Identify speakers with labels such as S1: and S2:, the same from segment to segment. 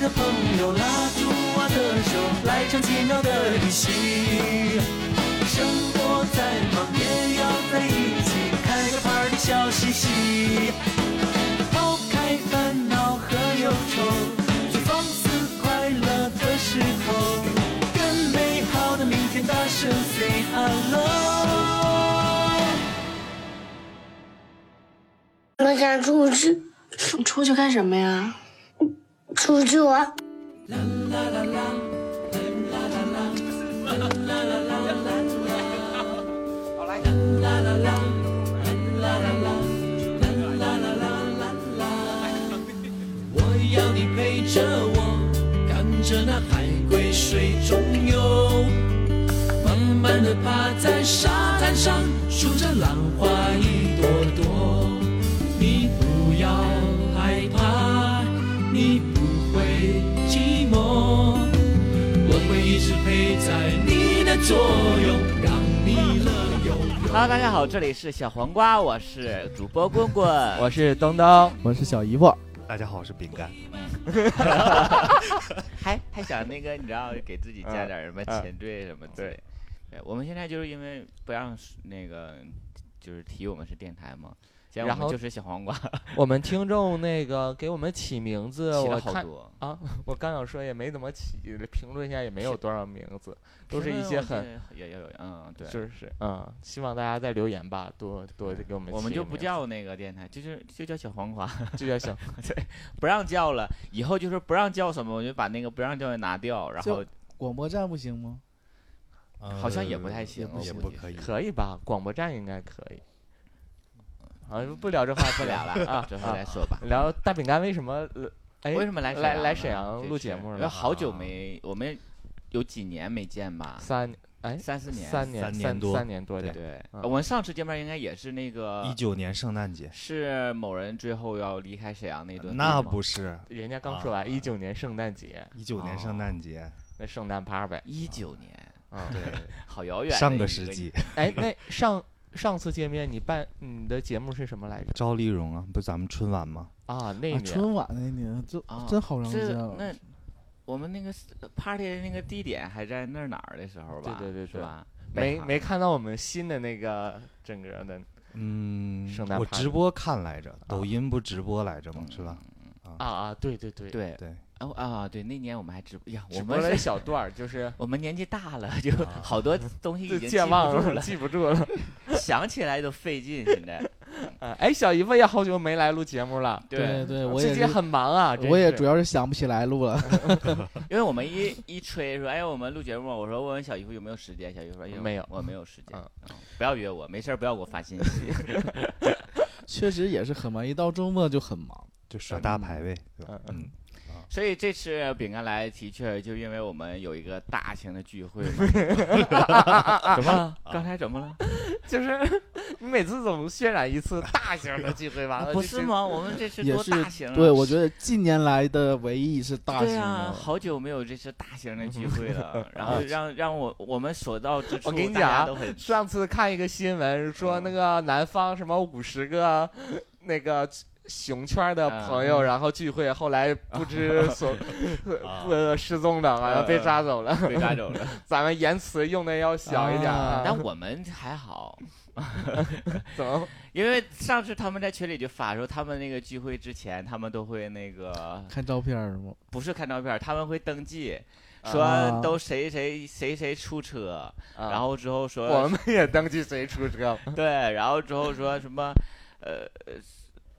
S1: 的朋友拉住我的手，来场奇妙的旅行。生活再忙也要在一起，开个 party 笑嘻嘻。抛开烦恼和忧愁，去放肆快乐的时候，跟美好的明天大声 say hello。
S2: 我想出去，
S3: 你出去干什么呀？
S2: 出去玩。
S1: 我要你陪着我，看着那海龟水中游，慢慢的趴在沙滩上，数着浪花一朵朵。你不要害怕，你不会寂寞，我会一直陪在你的左右，让你乐悠悠。
S4: Hello，大家好，这里是小黄瓜，我是主播棍棍，
S5: 我是东东，
S6: 我是小姨夫，
S7: 大家好，我是饼干。
S4: 还还想那个，你知道，给自己加点什么
S5: 嗯
S4: 前缀什么之类的。对，我们现在就是因为不让那个，就是提我们是电台嘛，然
S5: 然
S4: 后
S5: 后
S4: 就是小黄瓜，
S5: 我们听众那个给我们起名字，
S4: 起
S5: 我
S4: 了好
S5: 看
S4: 多，
S5: 啊，我刚想说也没怎么起，评论下也没有多少名字，都是一些很
S4: 也也有嗯对，
S5: 是是嗯，希望大家再留言吧，多多给我们
S4: 我们
S5: 起
S4: 就
S5: 名
S4: 不
S5: 字
S4: 叫那个电台，就是就叫小黄瓜，
S5: 就叫小
S4: 不让叫了，以后就是不让叫什么，我就把那个不让叫的拿掉，然后
S6: 广播站不行吗？
S4: 好像也不太行
S6: 不
S7: 也
S6: 行
S7: 不可以。
S5: 可以吧？广播站应该可 以。好，不聊这话
S4: 不
S5: 题
S4: 聊了
S5: 啊，
S4: 之后
S5: 啊
S4: 再说吧。
S5: 聊大饼干为什么呃哎
S4: 为什么来
S5: 来来沈
S4: 阳
S5: 阳
S4: 呢
S5: 录
S4: 这
S5: 节
S4: 是
S5: 目
S4: 因为
S5: 了
S4: 好久
S5: 啊
S4: 没，我们有几年没见吧？
S5: 三哎
S4: 三四年，
S5: 三
S7: 三
S5: 年
S7: 年多
S5: 三年多
S4: 对
S5: 点
S4: 对。
S5: 嗯
S4: 我们上次见面应该也是那
S7: 一
S4: 个，
S7: 九年圣诞节，
S4: 是某人最后要离开沈阳那顿饭吗。
S7: 那不是
S5: 人家刚说完一九年圣诞节，
S7: 一九年圣诞节，
S5: 那圣诞趴呗。
S4: 一九年，
S5: 啊，
S7: 对，
S4: 好遥远的一。
S7: 上个世纪。
S5: 哎，那上上次见面你办你的节目是什么来着？
S7: 赵丽蓉啊，不是咱们春晚吗？
S5: 啊，那
S6: 啊，
S5: 年
S6: 春晚那年，这
S4: 啊，
S6: 真好长时
S4: 这
S6: 间了。
S4: 那我们那个 party 的那个地点还在那儿哪儿的时候吧？
S5: 对对对
S4: 是
S5: 对
S4: 吧？
S5: 没
S4: 北航
S5: 没看到我们新的那个整个的
S7: 嗯
S5: 圣诞
S7: 我
S5: 趴
S7: 直播看来着，抖音不直播来着吗？
S4: 嗯
S7: 是吧？
S5: 啊啊，对对对，
S4: 对
S7: 对，
S4: 哦啊对，那年我们还直播呀，我
S5: 只播了
S4: 们
S5: 一
S4: 是
S5: 小段儿， 就是
S4: 我们年纪大了，就好多东西已
S5: 就
S4: 经记
S5: 健
S4: 不
S5: 忘
S4: 住了，
S5: 记不住了。
S4: 想起来都费劲。现在
S5: 啊哎，小姨夫也好久没来录节目了，
S6: 对对，我
S5: 最
S6: 也
S5: 近
S6: 是
S5: 很忙啊，真
S6: 我也
S5: 是
S6: 主要是想不起来录了。
S4: 因为我们一一吹说，哎，我们录节目，我说问问小姨夫有没有时间，小姨夫说哎
S5: 没有
S4: 我没有时间
S5: 嗯，
S4: 嗯不要约我，没事儿不要给我发信息。
S6: 确实也是很忙，一到周末就很忙。
S7: 就耍大排位，对吧
S5: 嗯？
S7: 嗯，
S4: 所以这次饼干来的确就因为我们有一个大型的聚会嘛，怎么了？ 刚才怎么了？
S5: 就是 你每次总渲染一次大型的聚
S6: 啊
S5: 会，完了
S4: 不
S5: 啊就是
S4: 吗？我们这次
S6: 也
S4: 多
S6: 是
S4: 大型啊！
S6: 对，我觉得近年来的唯一一次大型
S4: 对啊，
S6: 的，
S4: 好久没有这次大型的聚会了。然后让让我我们所到之处，
S5: 我跟你
S4: 大
S5: 讲啊
S4: 家都很
S5: 上次看一个新闻
S6: 嗯
S5: 说，那个南方什么五十个那个熊圈的
S6: 嗯
S5: 朋友，然后聚会，后来不知所
S7: 啊
S5: 呃失踪
S6: 嗯
S5: 的，好像被抓走了。
S4: 被抓走了。
S5: 咱们言辞用的要小一点啊，
S6: 啊
S4: 但我们还好，
S5: 怎么
S4: 因为上次他们在群里就发说，他们那个聚会之前，他们都会那个
S6: 看照片儿是吗？
S4: 不是看照片，他们会登记，
S5: 啊
S4: 说都谁谁谁谁出车，
S5: 啊
S4: 然后之后说
S5: 我们也登记谁出车？
S4: 对，然后之后说什么，呃，呃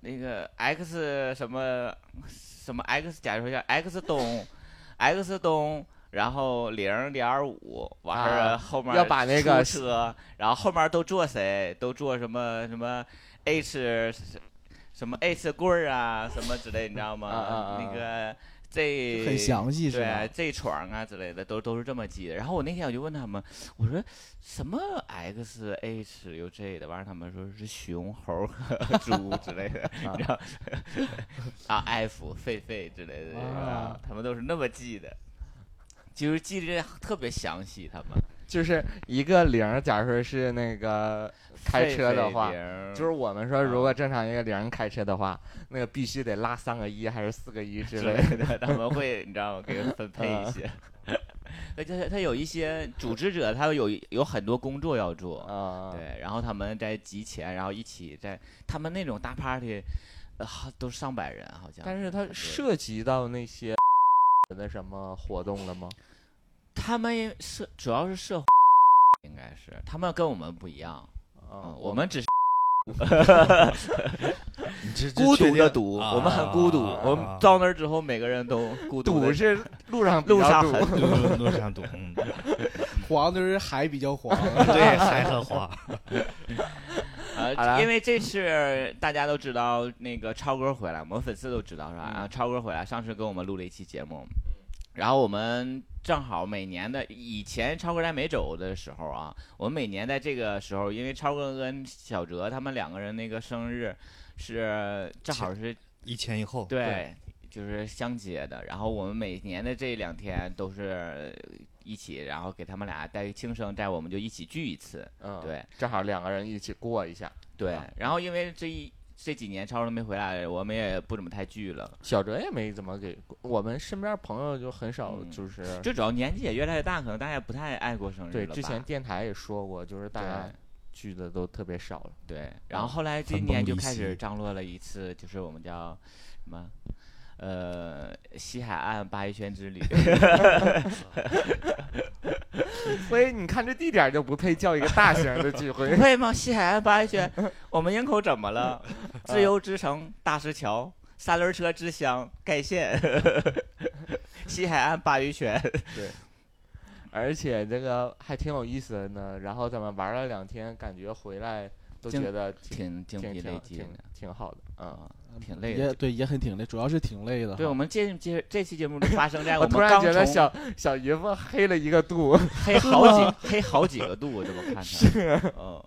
S4: 那个 X 什么什么 X，假如说叫 X 东，X 东，然后零点五，完事儿
S5: 啊
S4: 后面
S5: 要把那个
S4: 出车，然后后面都坐谁，都坐什么什么 H 什么 H 棍儿啊，什么之类，你知道吗？
S5: 啊啊啊
S4: 那个这
S6: 很详细是吧
S4: 对，？这床啊之类的都都是这么记的。然后我那天我就问他们，我说什么 X H U J 的，完了他们说是熊、猴和 猪之类的，你知道啊 F 狒狒之类的啊这个啊，他们都是那么记的，就是记得特别详细。他们
S5: 就是一个零儿，假如说是那个 开车的话，就是是我们说，如果正常一个零开车的话，那个必须得拉三个一还是四个一之
S4: 嗯之
S5: 类
S4: 类
S5: 的。
S4: 的，他们会你知道吗？给分配
S5: 嗯
S4: 一些。 那就是他有一些组织者，他有有很多工作要做，
S5: 啊，
S4: 对，然后他们在集钱，然后一起在他们那种大 party，呃，好都上百人好像。
S5: 但是它
S4: 多
S5: 涉及到那些 的什么活动了吗？
S4: 他们也社主要是社，应该是他们跟我们不一样，
S5: 啊
S4: 嗯，我们只是
S7: 你这
S4: 孤独的
S7: 独
S4: 赌，我们很孤独，我们到那儿之后每个人都孤独
S5: 啊赌
S4: 地。
S5: 是路上比
S4: 路
S5: 较
S4: 上
S5: 堵
S4: 很
S7: 们路上赌，嗯
S6: 黄的人海比较黄，
S7: 对，还很滑。
S5: 好了
S4: 呃，因为这次大家都知道那个超哥回来，我们粉丝都知道是吧？啊，超哥回来，上次跟我们录了一期节目，然后我们正好每年的以前超哥在没走的时候啊，我们每年在这个时候，因为超哥跟小哲他们两个人那个生日是正好是
S7: 一前一后，
S4: 对，就是相接的。然后我们每年的这两天都是一起，然后给他们俩带庆生，在我们就一起聚一次。
S5: 嗯，
S4: 对，
S5: 正好两个人一起过一下。
S4: 对
S5: 啊，
S4: 然后因为这一这几年超人没回来，我们也不怎么太聚了，
S5: 小哲也没怎么给过我们身边朋友就很少，
S4: 嗯
S5: 就是、
S4: 就主要年纪也越来越大，可能大家也不太爱过生日
S5: 对
S4: 了吧
S5: 之前电台也说过，就是大家聚的都特别少了。
S4: 对对，然
S5: 嗯
S4: 后后来今
S7: 分崩
S4: 年就
S7: 离
S4: 开
S7: 析
S4: 始张罗了一次，就是我们叫什么？呃，西海岸鲅鱼圈之 旅，
S5: 所以你看这地点就不配叫一个大型的聚
S4: 不
S5: 会。
S4: 会吗？西海岸鲅鱼圈，我们营口怎么了？自由之城、大石桥、三轮车之乡、盖 县，西海岸鲅鱼圈，
S5: 而且这个还挺有意思的呢。然后咱们玩了两天，感觉回来都
S4: 精
S5: 觉得挺
S4: 挺精
S5: 挺
S4: 疲
S5: 挺
S4: 累竭
S5: 挺
S4: 的
S5: 挺好的，嗯。
S4: 啊，挺累的。
S6: 也对，也很挺累，主要是挺累的哈。
S4: 对，我们这这这期节目发生在
S5: 我
S4: 哎我
S5: 突
S4: 们
S5: 然
S4: 刚
S5: 觉得
S4: 从
S5: 小小姨夫黑了一个度，
S4: 黑好几黑好几个度，我这么看看，是，嗯，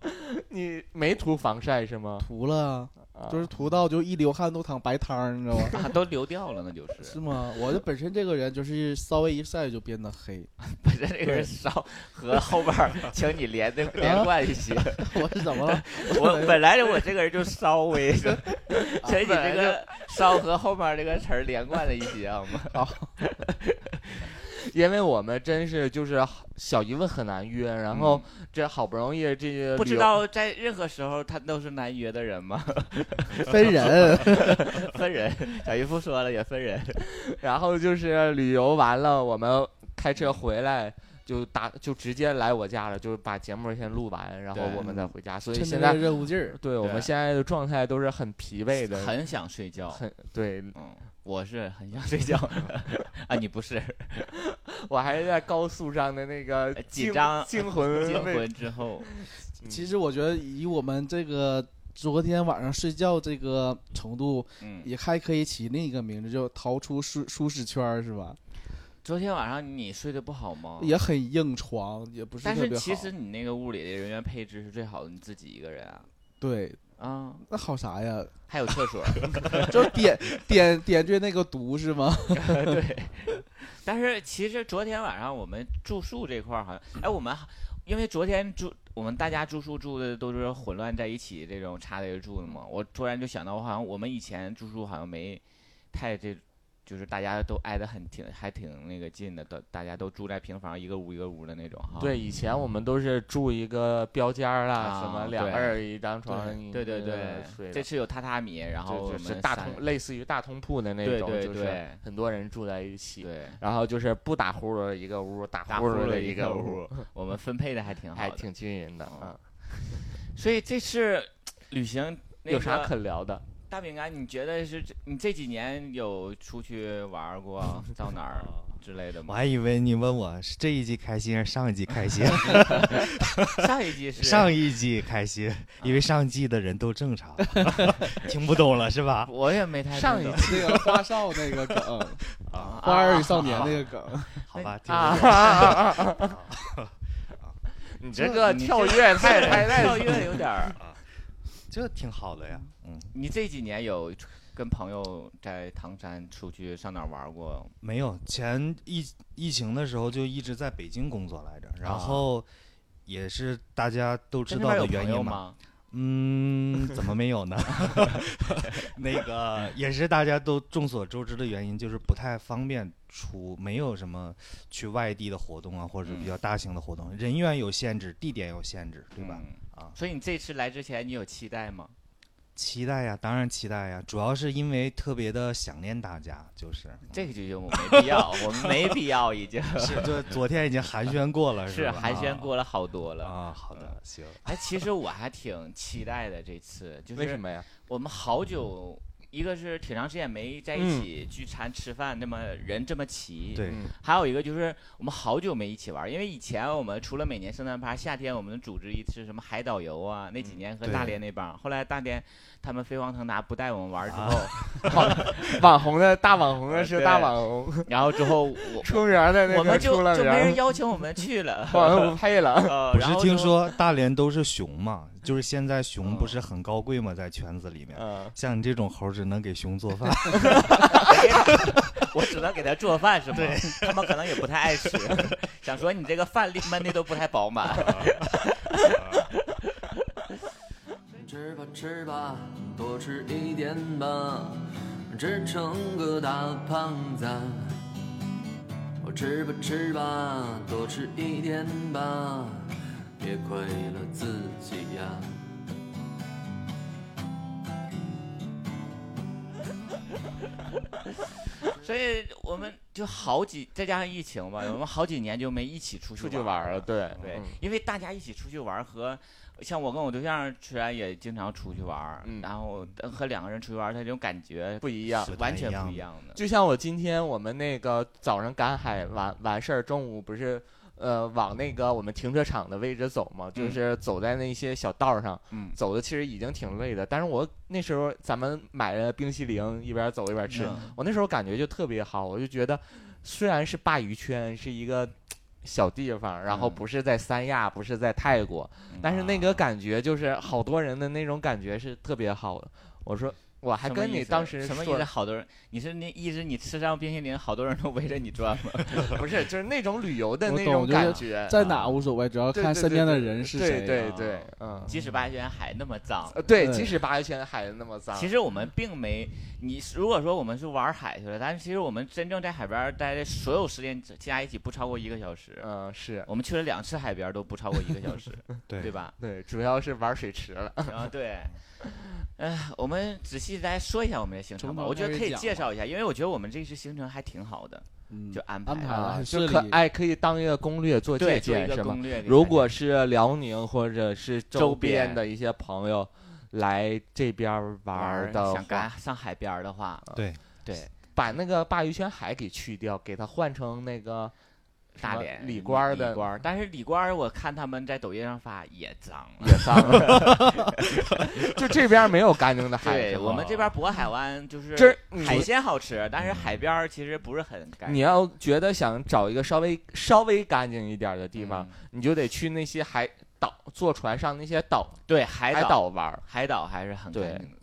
S5: 你没涂防晒是吗？
S6: 涂了，
S5: 啊
S6: 就是涂到就一流汗都淌白汤儿，你知道吗？
S4: 啊都流掉了，那就是是。
S6: 吗？我就本身这个人就是稍微一晒就变得黑，
S4: 本身这个人少和后边 儿，请你连的连贯一
S5: 啊
S4: 些。
S6: 我是怎么了？
S4: 我本来我这个人就稍 微，
S5: 啊
S4: 所以你这个“稍”和后面这个词儿连贯了一些，啊好
S5: 啊
S4: 吗？
S5: 因为我们真是就是好小姨夫很难约，然后这好不容易这个
S4: 嗯不知
S5: 旅游
S4: 道在任何时候他都是难约的人吗？
S6: 分人，
S4: 分人，小姨夫说了也分人。
S5: 然后就是旅游完了，我们开车回来就打就直接来我家了，就是把节目先录完，然后
S4: 对
S5: 我们再回家。所以
S6: 趁
S5: 现
S6: 着
S5: 在
S6: 这任务劲儿，
S5: 对我们
S4: 对
S5: 现在的状态都是很疲惫的，
S4: 很想睡觉，
S5: 很对
S4: 嗯，我是很想睡觉 啊，你不是？
S5: 我还是在高速上的那个
S4: 呃紧
S5: 惊
S4: 张
S5: 惊魂
S6: 呃
S4: 结
S5: 未
S4: 婚之 后，
S6: 其实我觉得以我们这个昨天晚上睡觉这个程度，
S4: 嗯，
S6: 也还可以起另一个名字，叫逃出舒舒适圈儿，是吧？
S4: 昨天晚上你睡得不好吗？
S6: 也很硬床，也不是
S4: 但
S6: 特
S4: 是
S6: 别好。
S4: 其实你那个屋里的人员配置是最好的，你自己一个人啊，
S6: 对，
S4: 啊，
S6: 那好啥呀？
S4: 还有厕 所，
S6: 就点点点缀那个毒是吗？
S4: 对。但是其实昨天晚上我们住宿这块儿好像，哎，我们因为昨天住我们大家住宿住的都是混乱在一起这种插着住的嘛，我突然就想到，我好像我们以前住宿好像没太这。就是大家都挨得很挺，还挺那个近的，都大家都住在平房，一个屋一个屋的那种哈。
S5: 对，以前我们都是住一个标间儿啦，什么
S4: 啊
S5: 两
S4: 对
S5: 个人一张床，你
S4: 对对
S5: 这个睡
S4: 对，这
S5: 了
S4: 次有榻榻米，然后
S5: 就
S4: 我
S5: 就是
S4: 们
S5: 大
S4: 三
S5: 通，类似于大通铺的那
S4: 对
S5: 种，
S4: 对
S5: 就是
S4: 对
S5: 很多人住在一起。
S4: 对，
S5: 然后就是不打呼噜的一个屋，打
S4: 打
S5: 呼噜
S4: 的
S5: 一
S4: 个
S5: 屋，，
S4: 我们分配的还挺好
S5: 还
S4: 的，
S5: 挺均匀的啊。
S4: 所以这次旅行、那个
S5: 有啥可聊的？
S4: 大饼干？你觉得是这你这几年有出去玩儿过到哪 儿
S5: 哦
S4: 之类的
S7: 我
S4: 吗？
S7: 还以为你问我是这一季开心还是上一季开心，
S4: 上一 季是
S7: 上一季开心，因为上季的人都正常， 听不懂了是吧？
S4: 我也没太
S5: 上
S4: 听
S5: 一
S4: 懂
S6: 那个花少那个梗，
S7: 啊，
S6: 花儿 与少年那个梗，
S7: 好
S4: 哎
S7: 吧，听
S5: 啊
S7: 不懂。
S5: 你这个
S4: 你
S5: 跳跃太
S4: 这
S5: 太太
S4: 跳跃有点儿。
S7: 这挺好的呀，嗯，
S4: 你这几年有跟朋友在唐山出去上哪儿玩过？
S7: 没有，前疫疫情的时候就一直在北京工作来着，然后也是大家都知
S4: 啊跟那
S7: 道
S4: 边有朋
S7: 的原
S4: 友
S7: 因嘛。
S4: 吗？
S7: 嗯，怎么没有 呢？那个也是大家都众所周知的原因，就是不太方便出，没有什么去外地的活动啊，或者是比较大型的活动，人员有限制，地点有限制，对吧？
S4: 嗯
S7: 啊，嗯
S4: 所以你这次来之前，你有期待吗？
S7: 期待呀，当然期待呀，主要是因为特别的想念大家，就是
S4: 这个就就没必 要，我们没必要，已经
S7: 是，就昨天已经寒暄 过了，
S4: 是
S7: 吧
S4: 寒暄过了好多了。嗯
S7: 啊，好的，行，
S4: 哎，其实我还挺期待的，这次就
S5: 为什
S4: 是
S5: 么呀？
S4: 我们好久，一个是挺长时间没在一起聚餐吃饭，那么人这么齐，
S7: 对，
S5: 嗯
S4: 还有一个就是我们好久没一起玩儿，因为以前我们除了每年圣诞趴，夏天我们组织一次什么海岛游啊，那几年和
S7: 对
S4: 大连那帮儿，后来大连他们飞黄腾达不带我们玩儿之后，
S5: 网红的大网红
S4: 呃
S5: 的是
S4: 对
S5: 大网 红，
S4: 然后之后我
S5: 出名儿的那
S4: 我们
S5: 个
S4: 就
S5: 出了
S4: 就
S5: 名
S4: 没人
S5: 儿，。
S4: 邀请我们去了
S5: 网红不配了。
S4: 呃，
S7: 不
S4: 然
S7: 是
S4: 后
S7: 听
S4: 就嗯
S7: 说大连都是熊嘛，就是现在熊不是很高贵嘛，在圈子里面，
S5: 嗯，
S7: 像你这种猴儿只能给熊做 饭，
S4: 我只能给他做饭是吗？他们可能也不太爱吃， 想说你这个饭粒焖的都不太饱 满。
S1: 吃吧吃吧，多吃一点吧，吃成个大胖子。我吃吧吃吧，多吃一点吧，别亏了自己呀、
S4: 所以我们就好几，再加上疫情吧，我们好几年就没一起出去
S5: 出去玩
S4: 儿
S5: 儿了，对
S4: 对，
S5: 嗯
S4: 因为大家一起出去玩儿和。像我跟我对象虽然也经常出去玩儿，
S5: 嗯
S4: 然后呃和两个人出去玩儿，他这种感觉
S5: 不一样
S4: 是
S7: 不太
S4: 完全
S7: 一样
S4: 不一
S7: 的
S4: 样的。
S5: 就像我今天我们那个早上赶海完完事儿，中午不是呃往那个我们停车场的位置走嘛，就
S4: 嗯
S5: 是走在那些小道儿上，
S4: 嗯，
S5: 走的其实已经挺累的。但是我那时候咱们买了冰淇淋，一边走一边吃，
S4: 嗯
S5: 我那时候感觉就特别好，我就觉得虽然是鲅鱼圈是一个。小地方，然后
S4: 嗯啊
S5: 不是在三亚，不是在泰国，但是那个感觉就是好多人的那种感觉是特别好的。我说我
S4: 什
S5: 还
S4: 么
S5: 跟
S4: 意
S5: 你
S4: 思
S5: 当时
S4: 什么意
S5: 说
S4: 思？好多人，你是那意思你吃上冰淇淋，好多人都围着你转吗？
S5: 不是，就是那种旅游的
S6: 我
S5: 那
S6: 懂
S5: 种
S6: 就是
S5: 感觉，
S6: 在哪无所谓，只要
S5: 对
S6: 看
S5: 对
S6: 身
S5: 对
S6: 边的
S5: 对
S6: 人是
S5: 对
S6: 谁。
S5: 对
S4: 啊
S5: 对，嗯，
S4: 即使八仙还那么脏，
S5: 呃对，
S6: 对
S5: 即使鲅鱼圈海那么脏，
S4: 其实我们并没，你如果说我们是玩海去了，但是其实我们真正在海边儿待的所有时间加一起不超过一个小时。
S5: 嗯是
S4: 我们去了两次海边儿都不超过一个小 时，
S7: 对
S4: 对吧？
S5: 对，主要是玩水池了。
S4: 啊，对。哎，我们仔细来说一下我们的行程吧。
S6: 从头
S4: 我觉得
S6: 开始
S4: 可以
S6: 讲
S4: 介
S6: 吧
S4: 绍一下，因为我觉得我们这次行程还挺好的，
S6: 嗯
S4: 就，安排
S6: 安排
S4: 了
S6: 了，
S5: 啊，
S6: 很
S5: 就
S6: 顺
S5: 可
S6: 利。
S5: 哎，可以当一个攻略做借
S4: 对，做一
S5: 鉴
S4: 个
S5: 是吗？
S4: 攻略给大家。
S5: 如果是辽宁或者是
S4: 周边
S5: 边的一些朋友来这边儿玩
S4: 玩
S5: 儿
S4: 儿
S5: 的
S4: 想赶
S5: 话，
S4: 上海边儿的话，
S7: 对，
S4: 对，
S5: 把那个鲅鱼圈海给去掉，给它换成那个什
S4: 大
S5: 么
S4: 连
S5: 李官儿的
S4: 李官儿，但是李官儿我看他们在抖音上发也脏了。
S5: 也脏了， 就这边儿没有干净的海。
S4: 对
S5: 是吧
S4: 我们这边儿渤海湾就是
S5: 这儿你嗯
S4: 海鲜好吃，但是海边儿其实不是很干净。
S5: 你要觉得想找一个稍微稍微干净一点儿的地方，
S4: 嗯
S5: 你就得去那些海岛，坐船上那些岛
S4: 对海
S5: 海
S4: 岛，
S5: 岛玩儿，
S4: 海岛还是很干
S5: 对
S4: 净的，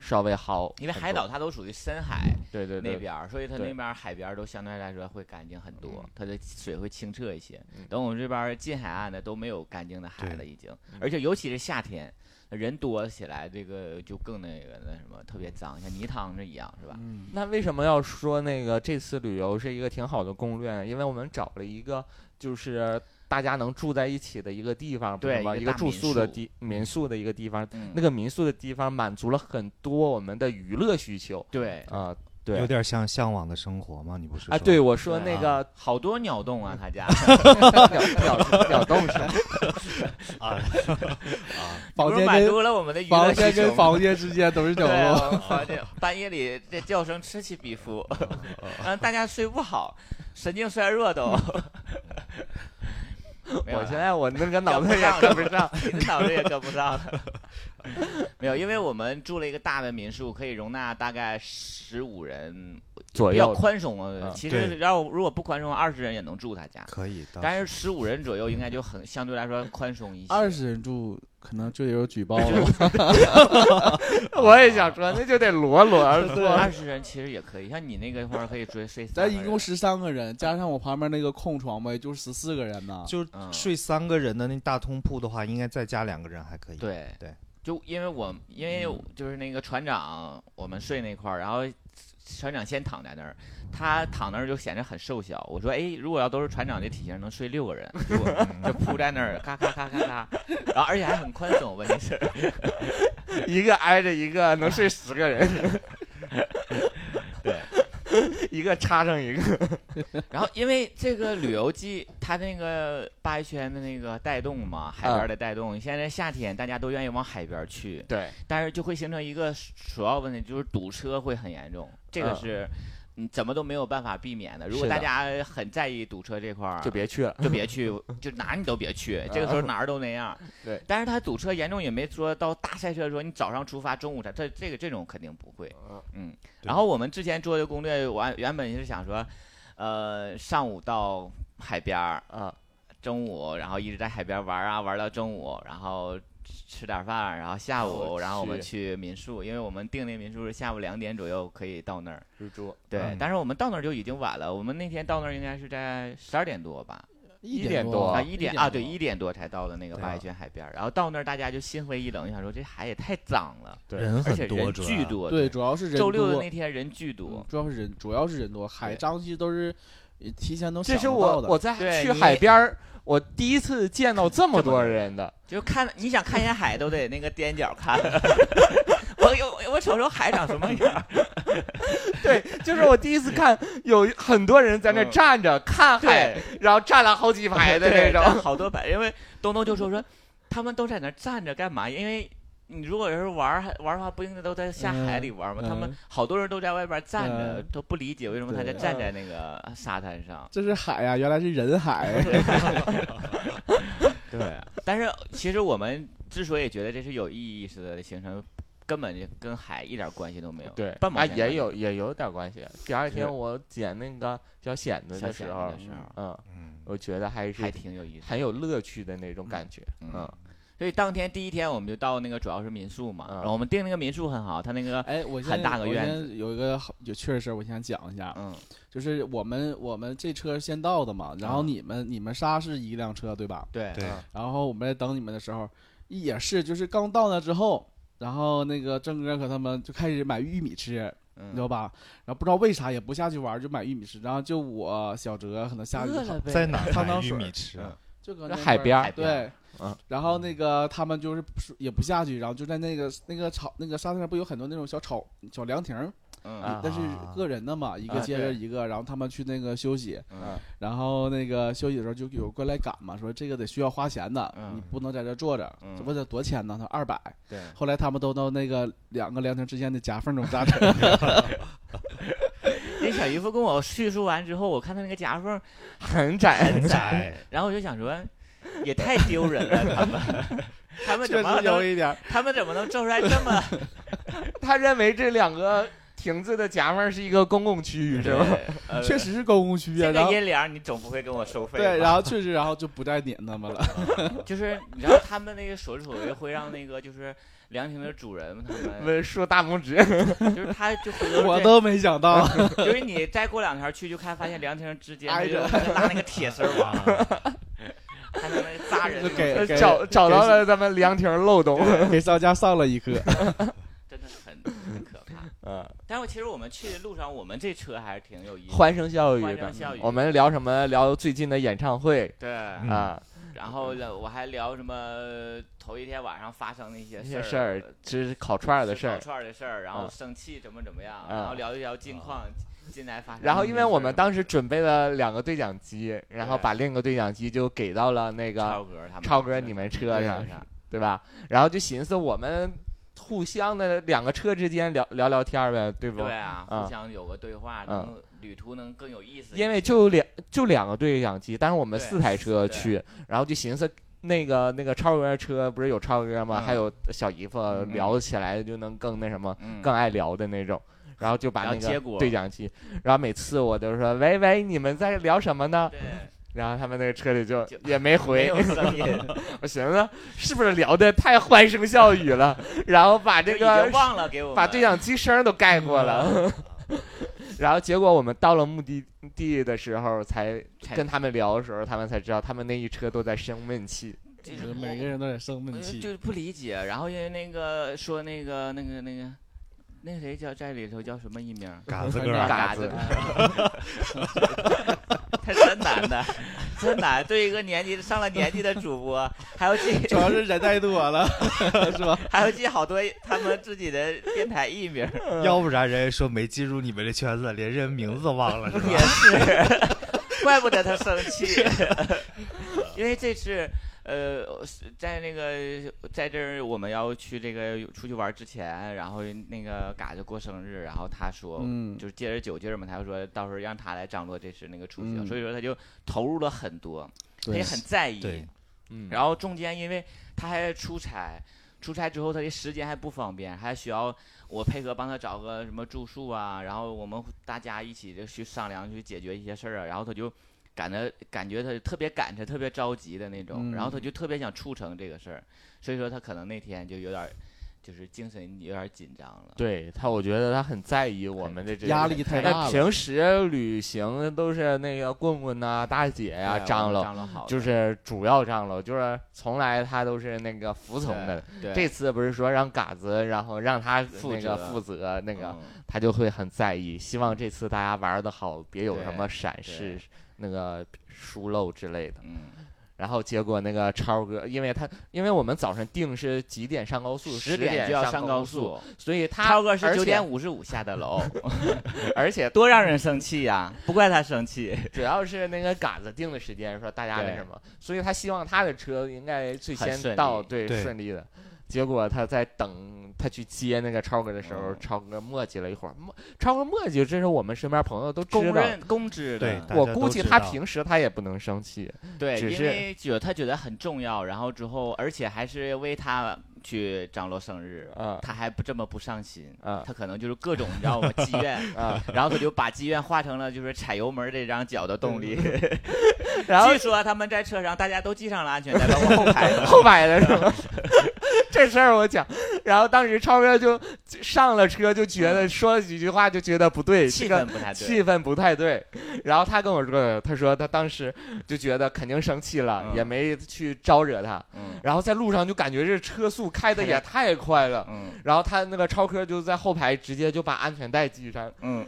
S5: 稍微好很多。
S4: 因为海岛它都属于深海
S5: 对对
S4: 那
S5: 对，
S4: 边儿，所以它
S5: 对
S4: 那边儿海边儿都相对来说会干净很多
S5: 嗯，
S4: 它的水会清澈一些
S5: 嗯。
S4: 等我们这边儿近海岸的都没有干净的海
S7: 对
S4: 了，已经
S5: 嗯，
S4: 而且尤其是夏天。人多起来，这个就更那个那什么，特别脏，像泥汤子一样，是吧？
S6: 嗯，
S5: 那为什么要说那个这次旅游是一个挺好的攻略呢？因为我们找了一个就是大家能住在一起的一个地方，不是
S4: 对
S5: 吗？
S4: 一个
S5: 一个
S4: 大
S5: 住
S4: 民
S5: 宿的
S4: 宿
S5: 地民宿的一个地方，
S4: 嗯，
S5: 那个民宿的地方满足了很多我们的娱乐需求
S4: 对
S5: 啊、
S7: 有
S5: 对
S7: 点像向往的生活嘛，你不是
S5: 啊，
S7: 说
S5: 对我说
S4: 对
S5: 那
S4: 啊
S5: 个
S4: 好多鸟洞 啊，他家。
S5: 鸟鸟鸟洞是吧
S7: 啊，
S6: 房
S4: 不是
S6: 间
S4: 满
S6: 跟
S4: 足了我们的娱乐
S6: 房
S4: 需
S6: 间
S4: 求
S6: 跟
S4: 吗。
S6: 房间之间都是 角
S4: 对
S6: 落。
S4: 啊，房间半夜里这叫声此起彼 伏，让大家睡不好，神经衰弱都。 没有啊
S5: 我
S4: 了
S5: 现在 我那个脑
S4: 跟
S5: 子
S4: 不
S5: 也
S4: 上
S5: 跟不上，
S4: 你的脑子也跟不上了。 没有，因为我们住了一个大的民宿，可以容纳大概十五人，
S5: 左
S4: 比较
S5: 右
S4: 宽松啊。
S5: 嗯
S4: 其
S7: 对
S4: 实要如果不宽松，二十人也能住他家，
S7: 可以，
S4: 但是十五人左右应该就很相对来说宽松一些。
S6: 二十人住可能就 有举报了。
S5: 我也想说，那就得摞摞而
S4: 对，
S5: 坐。
S4: 二十人其实也可以，像你那个话可以追睡三
S6: 咱
S4: 个人。
S6: 一共十三个人，加上我旁边那个空床吧，也就是十四个人呐。
S7: 就
S4: 嗯
S7: 睡三个人的那大通铺的话，应该再加两个人还可以。，
S4: 对
S7: 对，
S4: 就因为我因为
S6: 嗯
S4: 就是那个船长，我们睡那块儿，然后船长先躺在那儿，他躺那儿就显得很瘦小。我说，哎，如果要都是船长这体型，能睡六个人，就 就铺在那儿，咔咔咔咔咔，然后而且还很宽松，问题是，
S5: 一个挨着一个，能睡十个人。
S4: 对，
S5: 一个插上一个。
S4: 然后因为这个旅游季，它那个八一圈的那个带动嘛，海边儿的带动，现在夏天大家都愿意往海边儿去，
S5: 嗯对，
S4: 但是就会形成一个主要问题，就是堵车会很严重，这个
S5: 嗯
S4: 是你怎么都没有办法避免的。如果
S5: 是
S4: 大
S5: 的
S4: 家很在意堵车这块儿，
S5: 就别去了。
S4: 就别去，就哪儿你都别去，这个时候哪儿都那样。
S5: 对，
S4: 但是他堵车严重也没说到大塞车，说你早上出发，中午才这这个这种肯定不会。嗯，
S7: 对
S4: 然后我们之前做的攻略，我按原本是想说，呃，上午到海边儿，
S5: 啊，
S4: 中午，然后一直在海边玩啊，玩到中午，然后吃吃点饭，然后下午，
S5: 我
S4: 然后我们去民宿，因为我们订那民宿是下午两点左右可以到那儿。
S5: 入住
S4: 对，
S7: 嗯
S4: 但是我们到那儿就已经晚了，我们那天到那儿应该是在十二点多吧，
S6: 一
S5: 点多
S6: 多
S4: 啊
S5: 啊
S4: 一点啊，对，一点多才到的那个
S7: 对
S4: 八
S7: 啊
S4: 一圈海边儿，然后到那儿大家就心灰意冷，就想说这海也太脏了，
S5: 对
S7: 人
S4: 而
S7: 很
S4: 且
S7: 多，
S4: 人
S7: 主要
S4: 巨多，
S6: 对，，主要是人
S4: 周六的
S6: 多
S4: 那天人巨多
S6: 嗯，主要是人，主要是人多，海
S4: 对
S6: 张其实都是呃提前都
S5: 这
S6: 想
S5: 是
S6: 不
S5: 我
S6: 到的。
S5: 我在
S4: 对
S5: 去
S4: 你
S5: 海边儿，我第一次见到这么多人的。
S4: 就看你想看一眼海都得那个踮脚看， 我有我瞅瞅海长什么样儿，
S5: 对，就是我第一次看有很多人在那
S4: 嗯
S5: 站着看海
S4: 对，。
S5: 然后站了好几排的那
S4: 对但
S5: 种。
S4: 好多排。因为东东就说说，他们都在那儿站着干嘛？因为你如果要是玩儿玩儿的话，不应该都在下海里玩儿吗？
S6: 嗯
S4: 他们好多人都在外边站着，
S6: 嗯
S4: 都不理解为什么他在
S6: 对
S4: 站在那个沙滩上。
S6: 这是海呀、啊原来是人海。
S4: 对，但是其实我们之所以觉得这是有意义似的行程，根本就跟海一点关系都没有。
S5: 对，
S4: 半毛
S5: 啊，
S4: 钱关
S5: 也
S4: 系
S5: 有也有点关系。第二
S4: 是
S5: 天我捡那个小蚬子
S4: 小
S5: 的
S4: 蚬
S5: 时
S4: 子
S5: 候
S4: 的时候，
S5: 嗯，
S7: 嗯，
S5: 我觉得还
S4: 还
S5: 是
S4: 挺有意思的。
S5: 很有乐趣的那种感觉。
S4: 嗯
S5: 嗯，
S4: 所以当天第一天我们就到那个主要是民宿嘛，
S5: 嗯
S4: 然后我们订那个民宿很好，他那个
S6: 哎，我现在
S4: 很大个院子
S6: 我现在有一个好有趣的事儿，我想讲一下，
S4: 嗯
S6: 就是我们我们这车先到的嘛，然后
S4: 嗯
S6: 你们、你们仨是一辆车对吧？
S4: 对
S7: 对，
S6: 然后我们在等你们的时候，也是就是刚到那之后。然后那个郑哥和他们就开始买玉米吃，你知道
S4: 嗯，
S6: 吧？然后不知道为啥也不下去玩，就买玉米吃。然后就我小哲可能下去
S4: 饿了呗，
S7: 在哪儿
S6: 汤
S7: 买
S6: 汤
S7: 玉
S6: 水
S7: 米吃啊？
S6: 就搁
S5: 那
S6: 那
S5: 海边
S4: 海
S6: 儿，
S4: 边儿
S6: 对，
S5: 嗯
S6: 然后那个他们就是不是也不下去，然后就在那个那个草那个沙滩上不有很多那种小草小凉亭儿，
S4: 嗯
S5: 啊
S6: 但是个人的嘛，一个接着
S4: 啊对
S6: 一个，然后他们去那个休息，
S4: 嗯
S6: 然后那个休息的时候就有过来赶嘛，说这个得需要花钱的，
S4: 嗯
S6: 你不能在这坐着，
S4: 嗯
S6: 这不得多钱呢？他二百，
S4: 对，
S6: 后来他们都到那个两个凉亭之间的夹缝中 扎着，
S4: 那小姨夫跟我叙述完之后，我看他那个夹缝
S5: 很窄。
S4: 很窄，然后我就想说，也太丢人了，他们，他们
S6: 确
S4: 怎么
S6: 实有
S4: 能，
S6: 一点儿，
S4: 他们怎么能做出来这么？
S5: 他认为这两个亭子的夹缝是一个公共区域，是吧？
S4: 对呃
S6: 确实是公共区啊，
S4: 这
S6: 然
S4: 个
S6: 后
S4: 阴凉你总不会跟我收费吧？
S6: 对，然后确实然后就不再撵他 们了，
S4: 就是你知道他们那个所作所为会让那个就是凉亭的主人他们，
S5: 我竖大拇指，
S4: 就是他就回头
S6: 我
S4: 这
S6: 都没想到。
S4: 就是你再过两天去就看发现凉亭之间
S6: 挨着
S4: 他就拉那个铁丝网， 还能那扎人，
S6: 给给
S5: 找找到了咱们凉亭漏洞。
S6: 给商家上了一课。
S4: 真的很很可怕。
S5: 嗯，
S4: 但是其实我们去的路上，我们这车还是挺有意思的。
S5: 欢声笑语
S4: 欢
S5: 的
S4: 声笑语。
S5: 我们聊什么？聊最近的演唱会
S4: 对，
S7: 嗯
S5: 啊，
S4: 然后呢我还聊什么头一天晚上发生的一些
S5: 那些
S4: 事
S5: 事儿，这是烤串儿的
S4: 吃
S5: 事
S4: 烤
S5: 儿。
S4: 串儿的事儿，然后
S5: 嗯
S4: 生气怎么怎么样，
S5: 嗯
S4: 然后聊一聊近况，近来发生的一些事儿。
S5: 然后，因为我们当时
S4: 准
S5: 准备了两个对讲机，然后
S4: 对
S5: 把另一个对讲机就给到了那个
S4: 超哥他们，
S5: 超哥你们车
S4: 对
S5: 上，对吧？然后就寻思我们互相的两个车之间聊聊聊天儿呗，对不？
S4: 对啊，
S5: 嗯
S4: 互相有个对话，能旅途能更有意思一些。
S5: 因为就两就两个对讲机，但是我们
S4: 对
S5: 四台车去，然后就寻思那个那个超哥车不是有超哥吗？
S4: 嗯
S5: 还有小姨夫
S4: 嗯
S5: 聊起来就能更那什么，
S4: 嗯
S5: 更爱聊的那种。然后就把
S4: 然后
S5: 那
S4: 结
S5: 个
S4: 果
S5: 对讲机，然后每次我都说喂喂，你们在聊什么呢？
S4: 对，
S5: 然后他们那个车里就
S4: 就
S5: 也没
S4: 没
S5: 回
S4: 有，声音，
S5: 我寻思是不是聊的太欢声笑语了， 然后把 这
S4: 就已
S5: 个
S4: 经忘了给嗯我们
S5: 把对讲机声都盖过了。 然后结果我们到了目的地的时候，才
S4: 才
S5: 跟他们聊的时候，他们才知道他们那一车都在生闷气。
S4: 这
S6: 就是是每个人都得生
S4: 我
S6: 闷
S4: 就
S6: 气。
S4: 就是不理解。然后因为那个说那个那个那个那个谁叫在里头叫什么艺名？
S7: 嘎子
S5: 嘎
S7: 哥，
S5: 嘎子
S4: 子，他真难的，真难。对一个年纪上了年纪的主播，还要 记
S6: 主要是人太多了，是吧？
S4: 还要记好多他们自己的电台艺名，
S7: 要不然人家说没进入你们这圈子，连人名字都忘了是 吧？
S4: 也是，怪不得他生气， 因为这次。呃，在那个在这儿我们要去这个出去玩之前，然后那个嘎就过生日，然后他说，
S6: 嗯
S4: 就是借着酒劲儿嘛，他就说到时候让他来张罗这次那个出行，
S6: 嗯
S4: 所以说他就投入了很多，他
S6: 对
S4: 也很在意，
S7: 对
S5: 嗯
S4: 然后中间因为他还出差，出差之后他的时间还不方便，还需要我配合帮他找个什么住宿啊，然后我们大家一起就去商量去解决一些事儿啊，然后他就。感觉感觉他特别赶车，特别着急的那种，
S6: 嗯
S4: 然后他就特别想促成这个事儿，所以说他可能那天就有点儿，就是精神有点儿紧张了。
S5: 对他，我觉得他很在意我们的这个
S6: 压力太大
S5: 那
S6: 了，
S5: 平时旅行都是那个棍棍呐、大姐
S4: 对，
S5: 呀、
S4: 我
S5: 张
S4: 们
S5: 罗，
S4: 哎张罗好的，
S5: 就是主要张罗，就是从来他都是那个服从的。
S4: 对。
S5: 这
S4: 对
S5: 次不是说让嘎子，然后让他
S4: 负
S5: 那
S4: 责
S5: 个负责那个，
S4: 嗯
S5: 他就会很在意。希望这次大家玩的好，别有
S4: 对
S5: 什么闪失
S4: 对、
S5: 那个疏漏之类的。
S4: 嗯，
S5: 然后结果那个超哥，因为他因为我们早上定是几点上高速，十
S4: 十点就要
S5: 上
S4: 上高
S5: 速，
S4: 速，
S5: 所以他
S4: 超哥是
S5: 而
S4: 九
S5: 且
S4: 点五十五下的 楼，
S5: 而且
S4: 多让人生气呀、不怪他生气，
S5: 主要是那个杆子定的时间，说大家那
S4: 对
S5: 什么，所以他希望他的车应该最
S4: 很顺
S5: 先
S4: 利
S5: 到，对，
S7: 对
S5: 顺利的。结果他在等他去接那个超哥的时候，
S4: 嗯
S5: 超哥磨叽了一会儿，磨超哥磨叽，这是我们身边朋友都知
S4: 公
S5: 道。
S4: 认公知
S7: 对
S4: 的，
S7: 大
S5: 我
S7: 家
S5: 估
S7: 都
S5: 计
S7: 知
S5: 他
S7: 道
S5: 平时他也不能生气，
S4: 对，
S5: 只
S4: 因
S5: 是
S4: 为觉得他觉得很重要，然后之后，而且还是为他去张罗生日，
S5: 啊
S4: 他还不这么不上心，
S5: 啊
S4: 他可能就是各种你知道吗？积怨，
S5: 啊！
S4: 然后他就把积怨化成了就是踩油门这张脚的动力。
S5: 嗯 然后
S4: 据说他们在车上大家都系上了安全带，包括后排的。
S5: 后排的是吗？这事儿我讲，然后当时超哥就上了车，就觉得说了几句话，就觉得不对， 这
S4: 气氛
S5: 个
S4: 不太对，
S5: 气氛不太对。然后他跟我说的，他说他当时就觉得肯定生气了，
S4: 嗯
S5: 也没去招惹他。
S4: 嗯
S5: 然后在路上就感觉这车速开的
S4: 开得
S5: 也太快了。
S4: 嗯
S5: 然后他那个超哥就在后排直接就把安全带系上。
S4: 嗯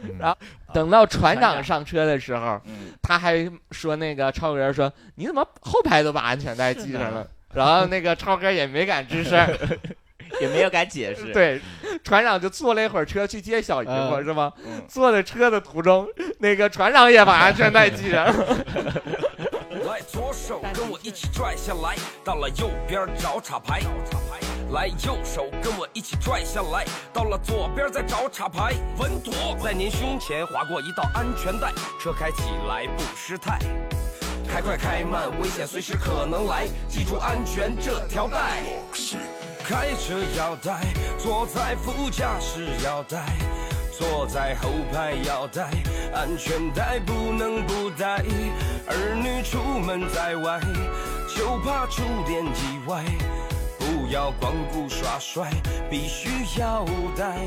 S5: 等到船
S4: 船
S5: 长
S4: 长
S5: 上车的时候，
S4: 嗯，
S5: 他还说那个超哥说：“你怎么后排都把安全带系上
S4: 嗯
S5: 了？” 然后那个超哥也没敢吱 声儿，
S4: 也没有敢解释。
S5: 对，船长就坐了一会儿车去接小姨夫、
S6: 嗯
S5: 是吗？
S4: 嗯
S5: 坐在车的途中，那个船长也把安全带系上了。
S8: 来，左手跟我一起拽下来，到了右边找插排。来，右手跟我一起拽下来，到了左边再找插排。稳妥，在您胸前划过一道安全带，车开起来不失态。开快开慢，危险随时可能来，记住安全这条带。开车要带，坐在副驾驶要带，坐在后排要带，安全带不能不带。儿女出门在外，就怕出点意外，不要光顾耍帅，必须要带。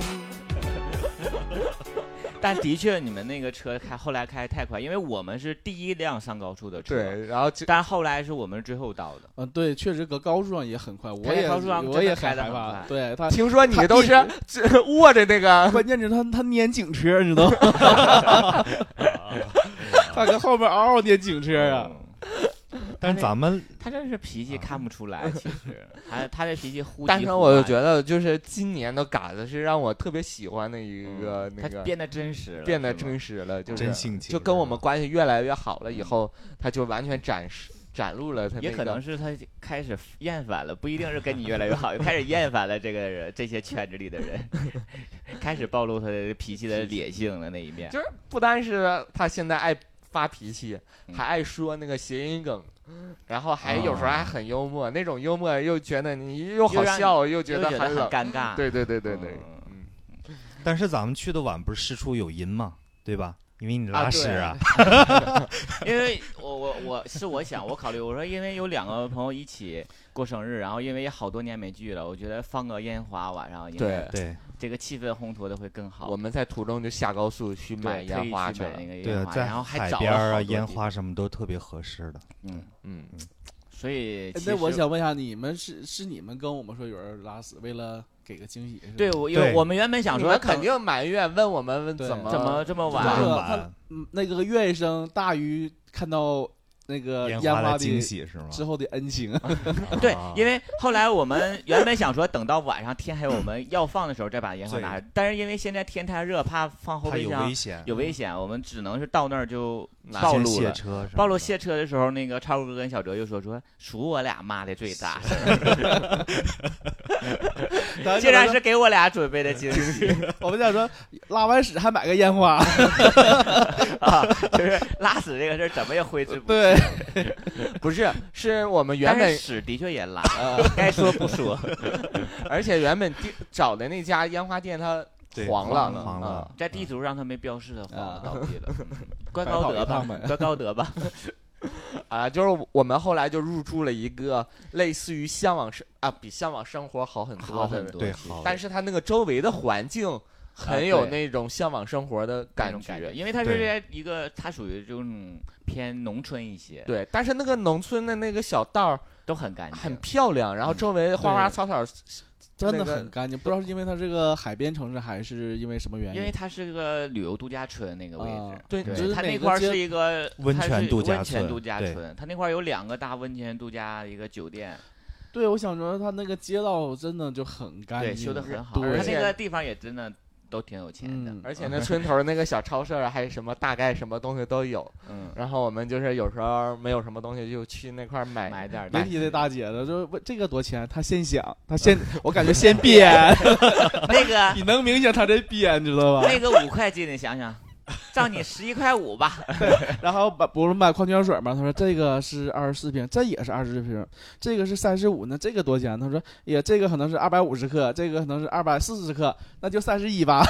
S4: 但的确，你们那个车开后来开太快，因为我们是第一辆上高速的车，，
S5: 对，然后就
S4: 但后来是我们是最后到的，
S6: 嗯，对，确实搁高速上也很快，我
S4: 在
S6: 也
S4: 高速上
S6: 我
S4: 真
S6: 也
S4: 的开
S6: 很
S4: 得
S6: 害
S4: 很
S6: 怕
S4: 快。
S6: 对他，
S5: 听说你
S6: 他
S5: 都
S6: 一
S5: 是 这握着那个，
S6: 关键是他他撵警车，你知道吗？ 他搁后边嗷嗷撵警车啊！
S4: 嗯
S7: 但是咱们
S4: 他这是脾
S5: 啊
S4: 气看不出 来，其实他他这脾气忽急忽
S5: 但
S4: 慢。
S5: 是我就觉得，就是今年的嘎子是让我特别喜欢的一
S4: 嗯
S5: 个、那
S4: 他
S5: 个
S4: 变得真实了，
S5: 变得
S4: 是吗嗯
S5: 真实了，就是
S7: 真性情，啊
S5: 就跟我们关系越来越好了以后，他就完全展示展露了他、那个、
S4: 也可能是他开始厌烦了，不一定是跟你越来越 好，开始厌烦了这个人，这些圈子里的人，开始暴露他的脾气的野性的那一面。
S5: 就是不单是他现在爱发脾气，
S4: 嗯
S5: 还爱说那个谐音梗，然后还有时候还很幽默，那种幽默又觉得你哦又好
S4: 又让你
S5: 笑又觉
S4: 就
S5: 得
S4: 觉得
S5: 很
S4: 很
S5: 冷，
S4: 尴尬。
S5: 对对对对对，
S4: 嗯
S5: 嗯
S7: 但是咱们去的晚，不是事出有因嘛，对吧？因为你拉屎 啊，
S4: 因为我我我是我想我考虑我说，因为有两个朋友一起过生日，然后因为也好多年没聚了，我觉得放个烟花晚上应该
S5: 对
S7: 对
S4: 这个气氛烘托的会更好。
S5: 我们在途中就下高速去
S4: 对
S5: 买
S4: 特
S5: 烟
S4: 意
S5: 花
S4: 去
S5: 去
S4: 买
S5: 了
S4: 那。个
S7: 对啊
S4: 烟，花，
S7: 在
S4: 然后还
S7: 海
S4: 找
S7: 边
S4: 了
S7: 儿啊，
S4: 好多
S7: 烟
S4: 地
S7: 花什么都特别合适的。
S4: 嗯，
S5: 嗯，
S4: 所以
S6: 哎
S4: 其
S6: 那我
S4: 实
S6: 想问一下，你们是是你们跟我们说有人拉屎，为了给个惊喜是吧？
S4: 对我因为
S7: 对
S4: 我们原本想
S5: 你
S4: 说
S5: 们肯定埋怨问我们问
S6: 对
S5: 怎么
S4: 怎么这么
S6: 这
S7: 这
S4: 晚
S7: 么
S6: 个
S7: 晚
S6: 他嗯那个乐声大于看到那个
S7: 呃烟
S6: 烟
S7: 花
S6: 花
S7: 的惊
S6: 的
S7: 喜是吗？
S6: 之后的恩情。
S4: 对
S7: 啊，
S4: 因为后来我们原本想说等到晚上天黑我们要放的时候再把烟花拿，但是因为现在天太热，怕放后
S7: 它
S4: 备
S7: 有
S4: 箱
S7: 危险，
S4: 有危险，我们只能是到那儿就
S5: 拿
S4: 暴
S7: 先
S4: 露
S7: 卸
S4: 了。
S7: 车什么
S4: 暴露
S7: 的
S4: 卸车的时候，那个超哥跟小哲又说说数我俩骂的最 大，竟然是给我俩准备的惊喜
S6: 我们想说，拉完屎还买个烟花，
S4: 啊！就是拉屎这个事儿怎么也挥之不去。
S6: 对，
S5: 不是？是我们原
S4: 但
S5: 本
S4: 是屎的确也拉，
S5: 呃，
S4: 该说不说。
S5: 而且原本地找的那家烟花店它
S7: 对
S5: 黄
S7: 黄
S5: 了，
S7: 黄了
S5: 嗯
S4: 在地图上他没标示的话
S6: 啊，
S4: 倒闭了，怪
S6: 白
S4: 高
S6: 跑一
S4: 德吧
S6: 趟呗，
S4: 怪高德吧。
S5: 啊，就是我们后来就入住了一个类似于向往生啊，比向往生活好很多
S4: 好
S5: 的
S4: 很，多，
S7: 对
S4: 其实
S7: 好
S5: 但是它那个周围的环境很
S4: 对
S5: 有那种向往生活的
S4: 那
S5: 感
S4: 种感
S5: 觉
S4: 觉，。因为它是
S7: 对
S4: 在一个，它属于这种偏农村一些，
S5: 对，但是那个农村的那个小道儿
S4: 都很干
S5: 很
S4: 净。
S5: 漂亮，然后周围花花草草，
S6: 真
S5: 那
S6: 的
S5: 个
S6: 很干净。不知道是因为它这个海边城市，还是因为什么原
S4: 因为它是个旅游度假村那个位置
S6: 啊，
S5: 对
S6: 就
S4: 对，
S6: 是
S4: 它那
S6: 每个
S4: 块儿
S6: 街
S4: 是一个
S7: 温
S4: 它是
S7: 泉度假
S4: 温泉
S7: 村
S4: 度假
S7: 对
S4: 村，它那块儿有两个大温泉度假一个酒店，
S6: 对，我想说它那个街道真的就很干净，
S4: 对，修的很好，
S6: 对
S4: 它
S5: 而且
S4: 那个地方也真的都挺有钱的，
S6: 嗯，
S5: 而且那村头那个小超市儿啊还什么大概什么东西都有。
S4: 嗯，
S5: 然后我们就是有时候没有什么东西就去那块儿买
S4: 买点儿
S6: 别
S4: 东西
S6: 提这大姐了，就是问这个多钱，她先想，她 先，我感觉先编，
S4: 那 个
S6: 你能明显她在编，知道吧？
S4: 那个五块斤，你想想，账你十一块五吧，
S6: 然后买不是买矿泉水嘛？他说这个是二十四瓶，这也是二十瓶，这个是三十五，那这个多钱？他说也这个可能是二百五十克，这个可能是二百四十克，那就三十一 吧。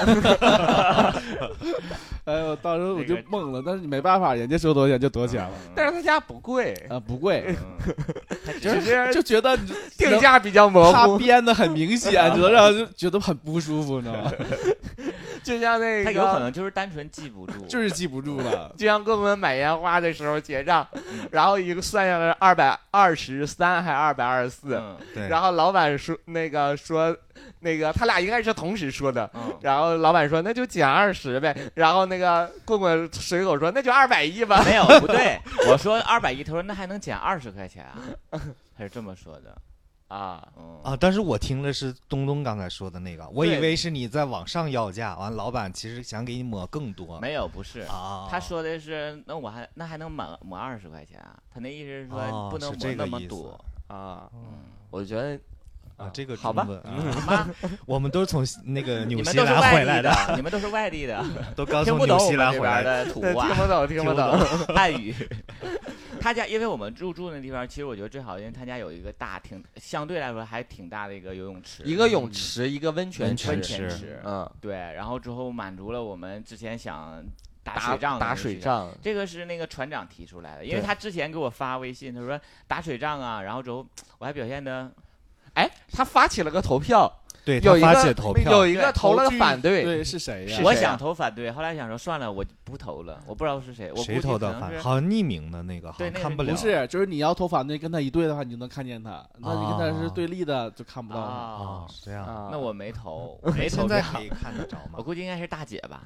S6: 哎呦，当时我就
S4: 这个
S6: 懵了，但是你没办法，人家说多少钱就多少钱了
S5: 但是他家不 贵，
S6: 啊，不贵，
S4: 它只
S5: 只
S4: 是
S5: 是
S6: 就觉得你
S5: 哎 定价比较模
S6: 他
S5: 糊，
S6: 编的很明 显，你知道让人就觉得很不舒服，你知道吗？
S5: 就像那
S4: 它
S5: 个
S4: 有可能就是单纯记不住，
S6: 就是记不住 了。
S5: 就像跟我们买烟花的时候结账，然后一个算下来二百二十三还二百二十四，
S4: 嗯
S7: 对，
S5: 然后老板说那个说那个他俩应该是同时说的。
S4: 嗯。
S5: 然后老板说那就减二十呗，然后那个棍棍随口说那就二百一吧，
S4: 嗯没有，不对，我说二百一，他说那还能减二十块钱啊，他是这么说的。
S5: 啊，
S4: 嗯，
S7: 啊，但是我听的是东东刚才说的那个，我以
S5: 对
S7: 为是你在网上要价，完老板其实想给你抹更多。
S4: 没有，不是，
S5: 哦
S7: 啊，
S4: 他说的是那我还那还能满抹二十块钱啊？他那意思是
S7: 哦
S4: 说不能
S7: 是
S4: 抹
S7: 这个
S4: 那么
S7: 意思
S4: 多。
S5: 啊，我觉得
S7: 啊，这个
S5: 好吧
S7: 中文，
S4: 你
S7: 啊
S4: 们
S7: 我们都是从那个
S4: 你
S7: 纽
S4: 们
S7: 西
S4: 都是
S7: 兰
S4: 外
S7: 回
S4: 地
S7: 来
S4: 的，，你们都是外地 的，
S7: 都刚
S4: 听
S7: 从
S4: 不懂
S7: 纽
S4: 我
S7: 西
S4: 们
S7: 兰
S4: 这
S7: 回
S4: 边
S7: 来的。
S4: 的土
S5: 听
S4: 话
S5: 不。懂听不懂，
S4: 懂汉语。 他家，因为我们入住那地方，其实我觉得最好，因为他家有一个大，挺相对来说还挺大的一个游泳池，
S5: 一个泳池一个温泉
S7: 温
S5: 池
S4: 温
S7: 泉，
S4: 泉
S7: 池
S4: 池，
S5: 嗯，
S4: 对，然后之后满足了我们之前想打
S5: 打
S4: 水仗的那
S5: 打
S4: 个
S5: 水
S4: 需求
S5: 仗，
S4: 这个是那个船长提出来的，因为
S5: 对
S4: 他之前给我发微信，他说打水仗啊，然后之后我还表现的，
S5: 哎，他发起了个投票，
S7: 对，
S5: 有
S7: 他
S5: 一
S7: 发
S5: 个
S7: 起投
S5: 有
S7: 票，
S5: 一个投了
S6: 去
S5: 反对，
S6: 对，是谁呀
S5: 是？
S4: 我
S5: 谁啊
S4: 想投反对，后来想说算了，我就不投了，我不知道是谁，我
S7: 谁
S4: 估计
S7: 投
S4: 可
S7: 的
S4: 能
S7: 反？
S4: 是
S7: 好像匿名的那个，好
S4: 对
S7: 像
S4: 那个
S7: 看不了。
S6: 不是，就是你要投反对跟他一对的话，你就能看见他；那你跟他是对立的，就看不到他。
S4: 啊
S7: 啊，，是这样。
S5: 啊
S4: 那我没投，没 投
S7: 现在
S4: 票，
S7: 可以看得着
S4: 我
S7: 吗？
S4: 估计应该是大姐吧，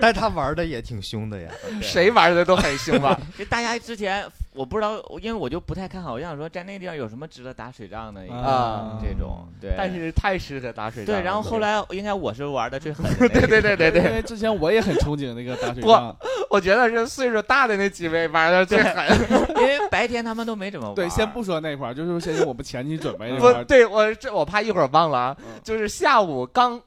S7: 但他玩的也挺凶的呀。
S5: 谁玩的都很凶啊吧？
S4: 这大家之前我不知道，因为我就不太看好，我想说在那个地方有什么值得打水仗的一个
S6: 嗯
S5: 啊
S4: 这种，对，
S5: 但是太适合打水仗了。
S4: 对，然后后来应该我是玩的最狠的那
S5: 对
S4: 个，
S5: 对对对
S6: 因
S5: 对，
S6: 为之前我也很憧憬那个打水
S5: 不
S6: 仗，
S5: 我觉得是岁数大的那几位玩的 最狠。
S4: 因为白天他们都没怎么玩，
S6: 对，先不说那块儿，就是先我们前期准备那块
S5: 不
S6: 儿，
S5: 对，我这啊
S6: 嗯
S5: 我怕一会儿忘了啊，就是下午刚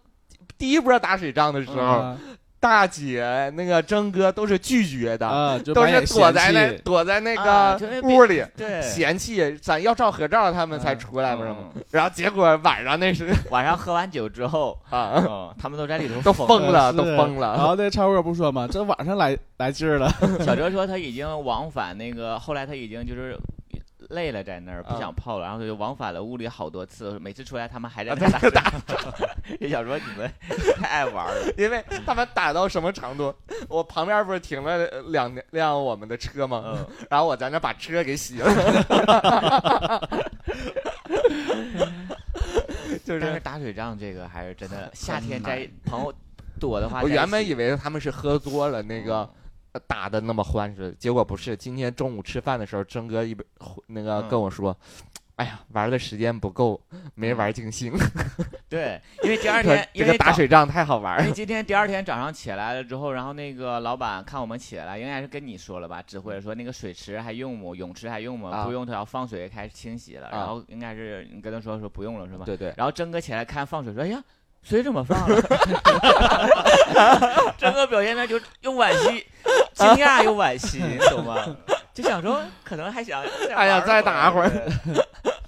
S5: 第一波打水仗的时候，
S6: 啊
S5: 大姐那个征哥都是拒绝的，
S6: 啊，就
S5: 都
S6: 满
S5: 是
S6: 眼
S5: 躲
S6: 嫌
S5: 在那
S6: 弃呃
S5: 躲在那
S4: 啊
S5: 个
S4: 就嗯那
S5: 屋里。
S4: 对，
S5: 嫌弃，咱要照合照，他们才出来不是吗
S4: 嗯？
S5: 然后结果晚上那是
S4: 晚上喝完酒之后，
S5: 啊，
S4: 嗯，他们都在里头
S5: 都
S4: 疯
S5: 疯了，
S6: 是
S5: 都疯
S6: 然
S5: 了。
S6: 后那超哥不说嘛，这晚上来来劲儿了，
S4: 了。小哲说他已经往返那个，后来他已经就是。累了，在那儿不
S5: 啊
S4: 想泡了，然后他就往返了屋里好多次，每次出来他们还在那
S5: 啊
S4: 儿打也想说你 们太爱玩了，
S5: 因为他们打到什么程度？我旁边不是停了呃两辆我们的车吗？
S4: 嗯，
S5: 然后我在那把车给洗了，就
S4: 但是
S5: 是
S4: 打水仗这个还是真的，夏天在朋友躲的话，
S5: 我
S4: 在一
S5: 原本
S4: 起
S5: 以为他们是喝多了那
S4: 哦
S5: 个。呃打的那么欢实，结果不是。今天中午吃饭的时候，征哥一边那个
S4: 嗯
S5: 跟我说：“哎呀，玩的时间不够，没玩尽兴。
S4: 对，因为嗯第二
S5: 这
S4: 天因
S5: 这
S4: 为
S5: 个打
S4: 早
S5: 水仗太好玩
S4: 因
S5: 儿
S4: 为今天第二天早上起来了之后，然后那个老板看我们起来，应该是跟你说了吧，指挥说那个水池还用不，泳池还用不，
S5: 啊
S4: 不用他要放水开始清洗了，
S5: 啊
S4: 然后应该是你跟他说说不用了是吧？
S5: 对对，
S4: 然后真哥起来看放水说，哎呀。水怎么放了？ 真哥表现的就又惋惜、惊讶又惋惜，你懂吗？就想说，可能还想，
S5: 哎呀再打会儿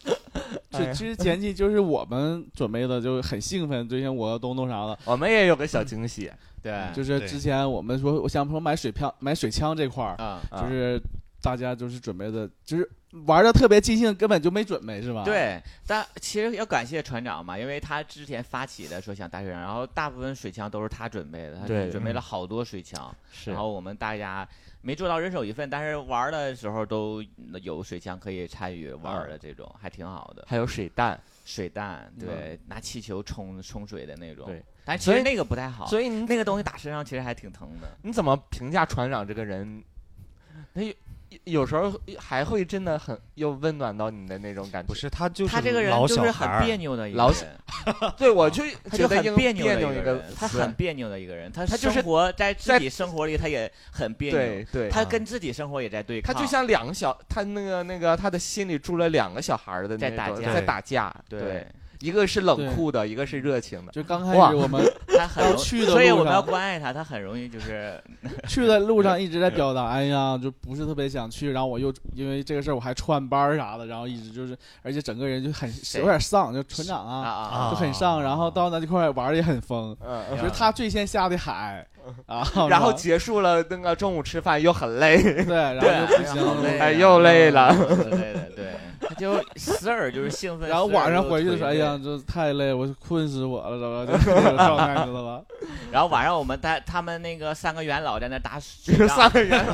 S4: 对
S5: 哎呀
S6: 这其实前期就是我们准备的就很兴奋，最近我要东东啥了，
S5: 我们也有个小惊
S4: 嗯
S5: 喜。哎
S4: 对，
S6: 就是
S7: 对
S6: 之前我们说我想朋友买水票、买水枪这块儿，
S4: 啊，
S5: 啊
S6: 就是大家就是准备的，就是玩的特别尽兴，根本就没准备是吧？，
S4: 对，但其实要感谢船长嘛，因为他之前发起的说想打水枪，然后大部分水枪都是他准备的，他
S5: 对
S4: 准备
S5: 嗯
S4: 了好多水枪，
S5: 是
S4: 然后我们大家没做到人手一份，但是玩儿的时候都有水枪可以参与玩
S5: 嗯
S4: 儿的这种，还挺好的。
S5: 还有水弹，
S4: 水弹，对，拿气球冲冲水的那种，
S5: 对，
S4: 但其
S5: 所
S4: 实
S5: 以
S4: 那个不太好，
S5: 所以你
S4: 那个东西打身上其实还挺疼的。
S5: 你怎么评价船长这个人？他有有时候还会真的很又温暖到你的那种感觉。
S7: 不，是他就是
S4: 他这个人
S7: 老
S4: 就
S7: 小
S4: 是
S7: 孩
S4: 很
S7: 儿
S4: 别扭的一个
S5: 老小
S4: 人。
S5: 对我就
S4: 他就
S5: 觉得
S4: 很
S5: 应
S4: 别
S5: 别
S4: 扭的
S5: 一
S4: 一个人，他
S5: 词
S4: 很别扭的一个人，他
S5: 他就是
S4: 生活在自
S5: 在
S4: 己生活里，他也很别扭，
S5: 对对，
S4: 他跟自己生活也在对
S5: 他
S4: 抗，
S5: 就像两个小，他那个那个他的心里住了两个小孩儿的那
S4: 在打
S5: 种
S4: 架
S5: 在打架，
S4: 对，，
S5: 一个是冷
S6: 对
S5: 酷的，一个是热情的，
S6: 就刚开
S5: 哇
S6: 始我们
S4: 他很容
S6: 要去的路
S4: 所以我们
S6: 上
S4: 要关爱他，他很容易就是
S6: 去的路上一直在表达， 哎呀，就不是特别想去。然后我又因为这个事儿，我还串班儿啥的，然后一直就是，而且整个人就很有点丧，就船长
S4: 啊
S6: 啊，
S4: 啊
S7: 啊
S6: 就很丧。然后到那块儿玩儿也很疯，
S5: 嗯。
S6: 就是他最先下的海啊，
S5: 然后结束了那个中午吃饭又很累，
S6: 对，然
S4: 对，
S6: 后就不行
S4: 好累啊
S6: 了。
S5: 哎又累了
S4: 之类的，对，他就时而就是兴奋，
S6: 然后
S4: 时而
S6: 晚上
S4: 又
S6: 回去的时候，哎
S4: 颓
S6: 呀，
S4: 废，
S6: 这太累，我困死我了，知道吧？就 这种状态，知道吧？
S4: 然后晚上我们他他们那个三个元老在那打水
S5: 就
S4: 仗，
S5: 三个人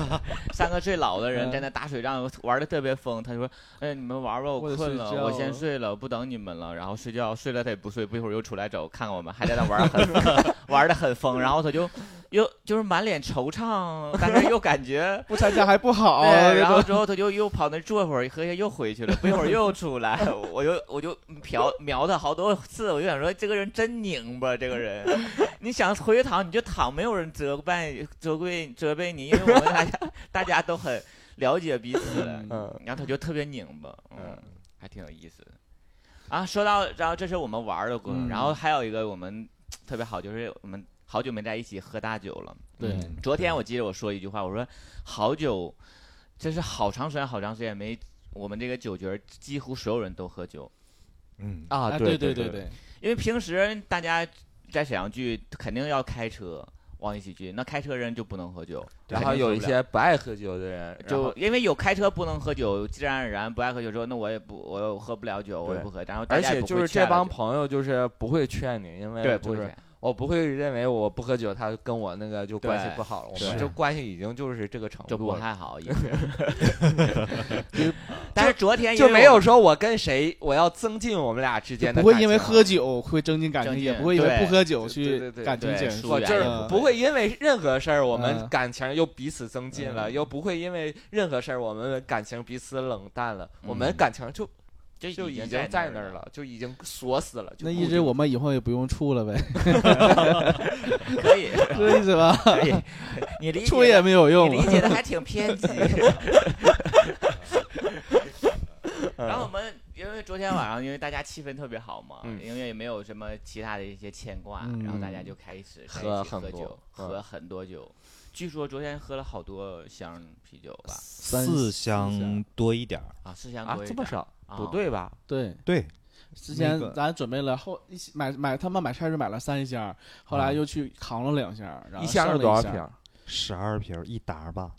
S4: 三个最老的人
S6: 嗯
S4: 在那打水仗，玩的特别疯。他就说：“哎，你们玩吧，
S6: 我
S4: 我
S6: 得
S4: 困
S6: 睡
S4: 了，
S6: 觉
S4: 我先
S6: 了
S4: 睡了，不等你们了。”然后睡觉，睡了他也不睡，不一会儿又出来走，看看我们还在那玩儿很玩的很疯。 然后他就又就是满脸惆怅，但是又感觉
S6: 不参加还不好，
S4: 对，
S6: 这
S4: 然后
S6: 哦种
S4: 之后他就又跑那坐会儿，喝下又回去了，不一会儿又出来，我就我就瞟瞄他好多次，我就想说这个人真拧巴，这个人， 你想回去躺你就躺，没有人责备责备责备你，因为我们大家大家都很了解彼此了，
S5: 嗯
S4: 然后他就特别拧巴，嗯，还挺有意思的。啊，说到然后这是我们玩儿的过程，
S6: 嗯
S4: 然后还有一个我们特别好，就是我们好久没在一起喝大酒了。
S6: 对
S5: 嗯
S4: 昨天我记得我说一句话，我说好久，这是好长时间好长时间没我们这个酒局儿几乎所有人都喝酒，
S7: 嗯，
S5: 啊
S6: 哎，
S5: 对
S6: 对
S5: 对
S6: 对，对，
S4: 因为平时大家在沈阳聚肯定要开车往一起聚，那开车人就不能喝酒，
S5: 然
S4: 肯
S5: 后
S4: 定受
S5: 有一
S4: 不了
S5: 些不爱喝酒的人，然
S4: 就
S5: 后
S4: 因为有开车不能喝酒，自然而然不爱喝酒之后，那我也不我喝不了酒，我也
S5: 对
S4: 不喝，然后大
S5: 而
S4: 家也
S5: 且
S4: 不
S5: 就
S4: 会
S5: 是
S4: 劝
S5: 这
S4: 了
S5: 帮
S4: 就
S5: 朋友就是不会劝你，因为
S4: 对不
S5: 就
S4: 会
S5: 是
S4: 劝
S5: 我不会认为我不喝酒，他跟我那个就关系
S4: 对
S5: 不好了，我
S4: 是
S5: 们这关系已经就是这个程
S4: 就
S5: 度
S4: 不
S5: 了，
S4: 太好， 也是但是昨天因
S5: 就
S4: 为
S5: 没
S4: 我
S5: 有说我跟谁我要增进我们俩之间的
S6: 不会
S5: 感
S6: 因为
S5: 情
S6: 喝酒会啊增进感
S4: 增
S6: 情，
S4: 进
S6: 也不会因为
S4: 对
S6: 不喝酒
S5: 对
S6: 去
S5: 对对
S6: 感情
S4: 对
S6: 减啊嗯
S4: 疏
S6: 弱。
S5: 我
S4: 远
S5: 就是
S6: 了
S5: 不会因为任何事儿，我们
S6: 嗯
S5: 感情又彼此增进了，
S6: 嗯
S5: 又不会因为任何事儿，我们感情彼此冷淡了，我们
S4: 嗯
S5: 感情就
S4: 就
S5: 就已
S4: 经
S5: 经在那
S4: 那
S5: 儿
S4: 了，
S5: 了，就已经锁死了。就
S6: 那
S5: 固
S6: 意思
S5: 定
S6: 我们以后也不用处了 呗，
S4: 可以
S6: 是这意思吧？
S4: 可以，你理解
S6: 处也没有用
S4: 你理。解的 还挺偏激。然后我们因为为昨天晚上因为大家气氛特别好嘛，
S5: 嗯
S4: 因为也没有什么其他的一些牵挂，
S6: 嗯
S4: 然后大家就开始在一起
S5: 喝很
S4: 喝
S5: 多
S4: 酒，
S5: 嗯
S4: 喝很多酒。据说昨天喝了好多箱啤酒吧？
S6: 三四
S7: 四箱
S6: 箱
S7: 多一点儿。
S4: 啊，四箱
S5: 啊
S4: 多，一
S5: 这么
S4: 点
S5: 少，
S4: 啊
S5: 不对吧？
S6: 对，
S7: 对，
S6: 之
S7: 那
S6: 前
S7: 个
S6: 咱准备了后一起买买他们买菜是买了三箱，后来又去扛了两箱，然后
S5: 一箱
S6: 剩
S5: 是
S6: 了
S5: 多
S6: 嗯
S5: 少
S6: 一
S5: 瓶？
S7: 十二瓶儿一打儿吧，